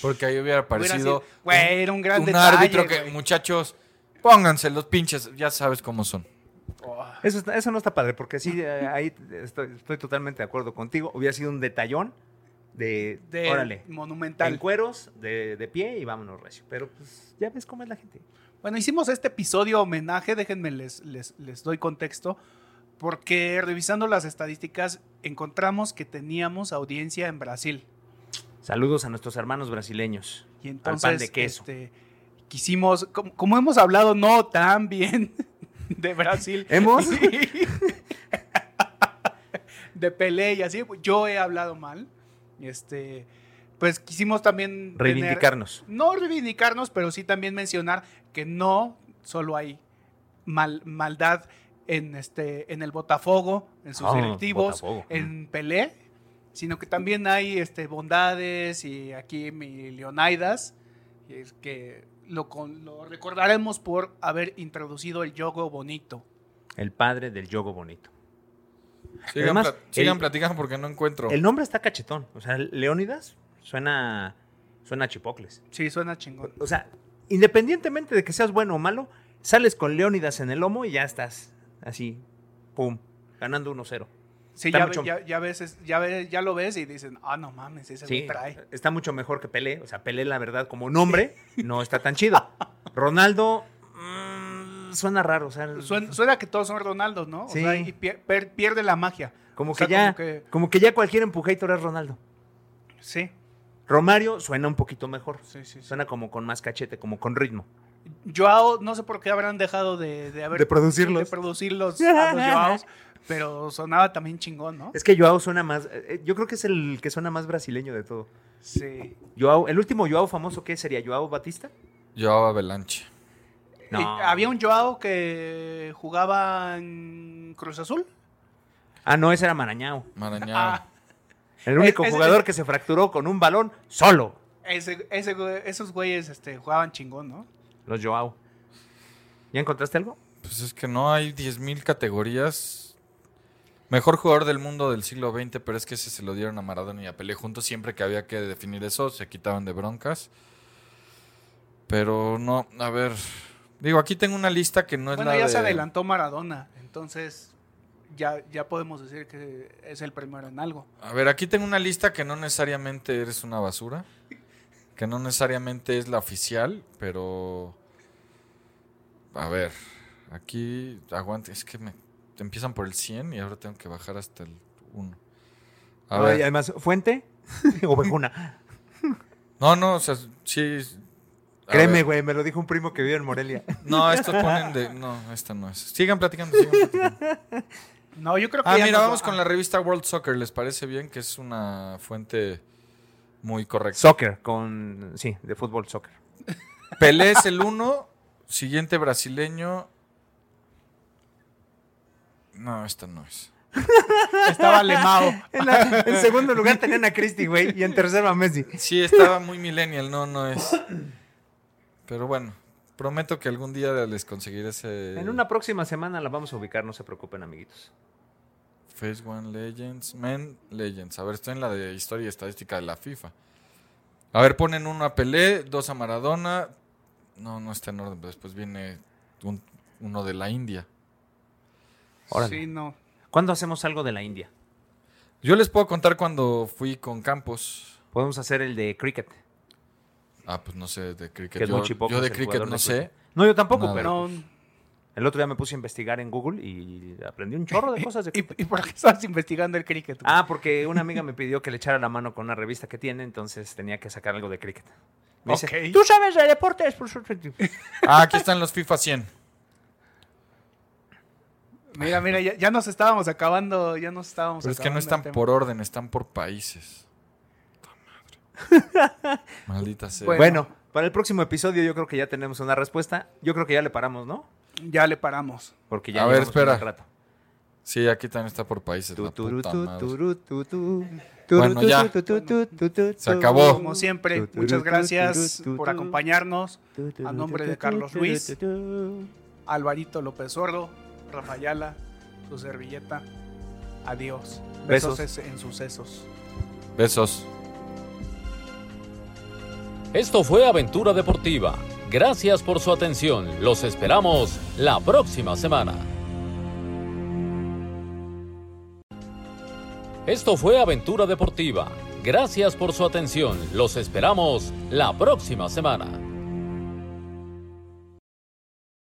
[SPEAKER 4] Porque ahí hubiera parecido.
[SPEAKER 1] sido, güey, era un gran detalle,
[SPEAKER 4] árbitro que,
[SPEAKER 1] güey.
[SPEAKER 4] muchachos, pónganse los pinches, ya sabes cómo son.
[SPEAKER 3] Eso, está- eso no está padre, porque sí, eh, ahí estoy, estoy totalmente de acuerdo contigo. Hubiera sido un detallón de,
[SPEAKER 1] De
[SPEAKER 3] órale,
[SPEAKER 1] monumental.
[SPEAKER 3] en cueros, de, de pie y vámonos recio. Pero pues ya ves cómo es la gente.
[SPEAKER 1] Bueno, hicimos este episodio homenaje, déjenme les, les, les doy contexto, porque revisando las estadísticas encontramos que teníamos audiencia en Brasil.
[SPEAKER 3] Saludos a nuestros hermanos brasileños.
[SPEAKER 1] Y
[SPEAKER 3] al pan
[SPEAKER 1] entonces
[SPEAKER 3] de queso.
[SPEAKER 1] este, quisimos, como, como hemos hablado no tan bien de Brasil.
[SPEAKER 3] ¿Hemos?
[SPEAKER 1] y- de Pelé y así, yo he hablado mal. Este, pues quisimos también... tener-
[SPEAKER 3] Reivindicarnos.
[SPEAKER 1] no reivindicarnos, pero sí también mencionar que no solo hay mal- maldad en, este, en el Botafogo, en sus
[SPEAKER 3] Ah,
[SPEAKER 1] directivos,
[SPEAKER 3] Botafogo.
[SPEAKER 1] en Pelé, sino que también hay este, bondades y aquí mi Leonidas, que es que lo, con- lo recordaremos por haber introducido el yogo bonito.
[SPEAKER 3] El padre del yogo bonito.
[SPEAKER 4] Sigan,
[SPEAKER 3] Además,
[SPEAKER 4] pla- sigan
[SPEAKER 3] el-
[SPEAKER 4] platicando porque no encuentro.
[SPEAKER 3] El nombre está cachetón. O sea, Leónidas suena, suena a chipocles.
[SPEAKER 1] Sí, suena chingón.
[SPEAKER 3] O sea, independientemente de que seas bueno o malo, sales con Leónidas en el lomo y ya estás así, pum, ganando 1-0.
[SPEAKER 1] Sí,
[SPEAKER 3] Está
[SPEAKER 1] ya,
[SPEAKER 3] mucho-
[SPEAKER 1] ve- ya, ya ves, es- ya, ve- ya lo ves y dicen, ah, no mames, ese
[SPEAKER 3] Sí,
[SPEAKER 1] me trae.
[SPEAKER 3] está mucho mejor que Pelé. O sea, Pelé, la verdad, como nombre, no está tan chido. Ronaldo mm, suena raro. O sea,
[SPEAKER 1] Suena, suena que todos son Ronaldos, ¿no?
[SPEAKER 3] Sí.
[SPEAKER 1] O sea, y pier- per- pierde la magia.
[SPEAKER 3] como,
[SPEAKER 1] O sea,
[SPEAKER 3] que ya,
[SPEAKER 1] Como que,
[SPEAKER 3] como que ya cualquier empujator es Ronaldo.
[SPEAKER 1] sí,
[SPEAKER 3] Romario suena un poquito mejor.
[SPEAKER 1] sí, sí. sí.
[SPEAKER 3] Suena como con más cachete, como con ritmo.
[SPEAKER 1] Joao, no sé por qué habrán dejado de, de haber
[SPEAKER 3] De producirlos.
[SPEAKER 1] de producirlos a los Joaos, pero sonaba también chingón, ¿no?
[SPEAKER 3] Es que Joao suena más. eh, Yo creo que es el que suena más brasileño de todo.
[SPEAKER 1] Sí.
[SPEAKER 3] Joao, el último Joao famoso, ¿qué sería? ¿Joao Batista?
[SPEAKER 4] Yo avalanche.
[SPEAKER 3] No.
[SPEAKER 1] Y había un Joao que jugaba en Cruz Azul.
[SPEAKER 3] Ah, no, ese era Marañao.
[SPEAKER 4] Marañao.
[SPEAKER 1] Ah,
[SPEAKER 3] El único
[SPEAKER 1] Es- es-
[SPEAKER 3] jugador
[SPEAKER 1] es-
[SPEAKER 3] que se fracturó con un balón solo.
[SPEAKER 1] ese, ese güe- esos güeyes este, jugaban chingón, ¿no?
[SPEAKER 3] Los Joao. ¿Ya encontraste algo?
[SPEAKER 4] Pues es que no hay 10.000 categorías. Mejor jugador del mundo del siglo XX, pero es que ese se lo dieron a Maradona y a Pelé juntos. Siempre que había que definir eso, se quitaban de broncas. Pero no, a ver. Digo, aquí tengo una lista que no es
[SPEAKER 1] Bueno,
[SPEAKER 4] la
[SPEAKER 1] Pues ya se
[SPEAKER 4] de-
[SPEAKER 1] adelantó Maradona, entonces ya, ya podemos decir que es el primero en algo.
[SPEAKER 4] A ver, aquí tengo una lista que no necesariamente eres una basura. Que no necesariamente es la oficial, pero. A ver, aquí aguante. Es que me te empiezan por el 100 y ahora tengo que bajar hasta el 1. A
[SPEAKER 3] No, y
[SPEAKER 4] ver.
[SPEAKER 3] además, ¿Fuente o Vejuna?
[SPEAKER 4] No, no, o sea, sí. a
[SPEAKER 3] Créeme,
[SPEAKER 4] ver.
[SPEAKER 3] güey, me lo dijo un primo que vive en Morelia.
[SPEAKER 4] No, estos ponen de. No, esta no es. Sigan platicando, sigan platicando.
[SPEAKER 1] No, yo creo que
[SPEAKER 4] Ah,
[SPEAKER 1] ya
[SPEAKER 4] mira,
[SPEAKER 1] nos-
[SPEAKER 4] vamos
[SPEAKER 1] ah,
[SPEAKER 4] con la revista World Soccer. ¿Les parece bien? Que es una fuente muy correcta.
[SPEAKER 3] Soccer, con. Sí, de fútbol, soccer.
[SPEAKER 4] Pelé es el uno, siguiente brasileño. No, esta no es.
[SPEAKER 1] estaba Lemao.
[SPEAKER 3] En, segundo lugar tenían a Cristi, güey, y en tercero a Messi.
[SPEAKER 4] Sí, estaba muy millennial, no, no es. Pero bueno, prometo que algún día les conseguiré ese
[SPEAKER 3] En una próxima semana la vamos a ubicar, no se preocupen, amiguitos.
[SPEAKER 4] Phase One Legends, Men Legends. A ver, estoy en la de historia y estadística de la FIFA. A ver, ponen uno a Pelé, dos a Maradona. No, no está en orden, pero después viene un- uno de la India.
[SPEAKER 3] Órale.
[SPEAKER 1] Ah, Sí, no.
[SPEAKER 3] ¿Cuándo hacemos algo de la India?
[SPEAKER 4] Yo les puedo contar cuando fui con Campos.
[SPEAKER 3] Podemos hacer el de cricket.
[SPEAKER 4] Ah, pues no sé, de cricket.
[SPEAKER 3] Que es
[SPEAKER 4] yo,
[SPEAKER 3] muy chipoco.
[SPEAKER 4] yo de cricket no sé.
[SPEAKER 3] No, yo tampoco,
[SPEAKER 4] Nada.
[SPEAKER 3] pero
[SPEAKER 1] No,
[SPEAKER 3] el otro día me puse a investigar en Google y aprendí un chorro de cosas de cricket.
[SPEAKER 1] ¿Y, y por qué estás investigando el cricket? güey?
[SPEAKER 3] Ah, porque una amiga me pidió que le echara la mano con una revista que tiene, entonces tenía que sacar algo de cricket. Me dice,
[SPEAKER 1] Ok.
[SPEAKER 3] tú sabes de deportes, por supuesto".
[SPEAKER 4] Ah, aquí están los FIFA 100.
[SPEAKER 1] Mira, mira, ya, ya nos estábamos acabando, ya nos estábamos
[SPEAKER 4] Pero Pues es que no
[SPEAKER 1] acabando
[SPEAKER 4] están
[SPEAKER 1] el tema.
[SPEAKER 4] por orden, están por países. Maldita sea.
[SPEAKER 1] Bueno.
[SPEAKER 3] Bueno, para el próximo episodio yo creo que ya tenemos una respuesta. Yo creo que ya le paramos, ¿no?
[SPEAKER 1] Ya le paramos.
[SPEAKER 3] Porque ya
[SPEAKER 4] A ver,
[SPEAKER 3] llevamos un
[SPEAKER 4] espera.
[SPEAKER 3] rato.
[SPEAKER 4] Sí, aquí también está por países.
[SPEAKER 3] Tu,
[SPEAKER 4] la
[SPEAKER 3] tu,
[SPEAKER 4] puta
[SPEAKER 3] tu,
[SPEAKER 4] madre.
[SPEAKER 3] tu, tu, tu.
[SPEAKER 4] Bueno,
[SPEAKER 3] Tu,
[SPEAKER 4] ya.
[SPEAKER 3] tu, tu, tu, tu, tu,
[SPEAKER 4] Se
[SPEAKER 3] tu.
[SPEAKER 4] acabó.
[SPEAKER 1] Como siempre,
[SPEAKER 3] Tu, tu, tu,
[SPEAKER 1] muchas
[SPEAKER 3] tu,
[SPEAKER 1] gracias
[SPEAKER 3] tu, tu,
[SPEAKER 1] por
[SPEAKER 3] tu.
[SPEAKER 1] acompañarnos. A nombre de Carlos Ruiz. Alvarito López Sordo, Rafayala, su servilleta. Adiós. Besos,
[SPEAKER 3] Besos.
[SPEAKER 1] en sucesos.
[SPEAKER 4] Besos.
[SPEAKER 6] Esto fue Aventura Deportiva. Gracias por su atención. Los esperamos la próxima semana. Esto fue Aventura Deportiva. Gracias por su atención. Los esperamos la próxima semana.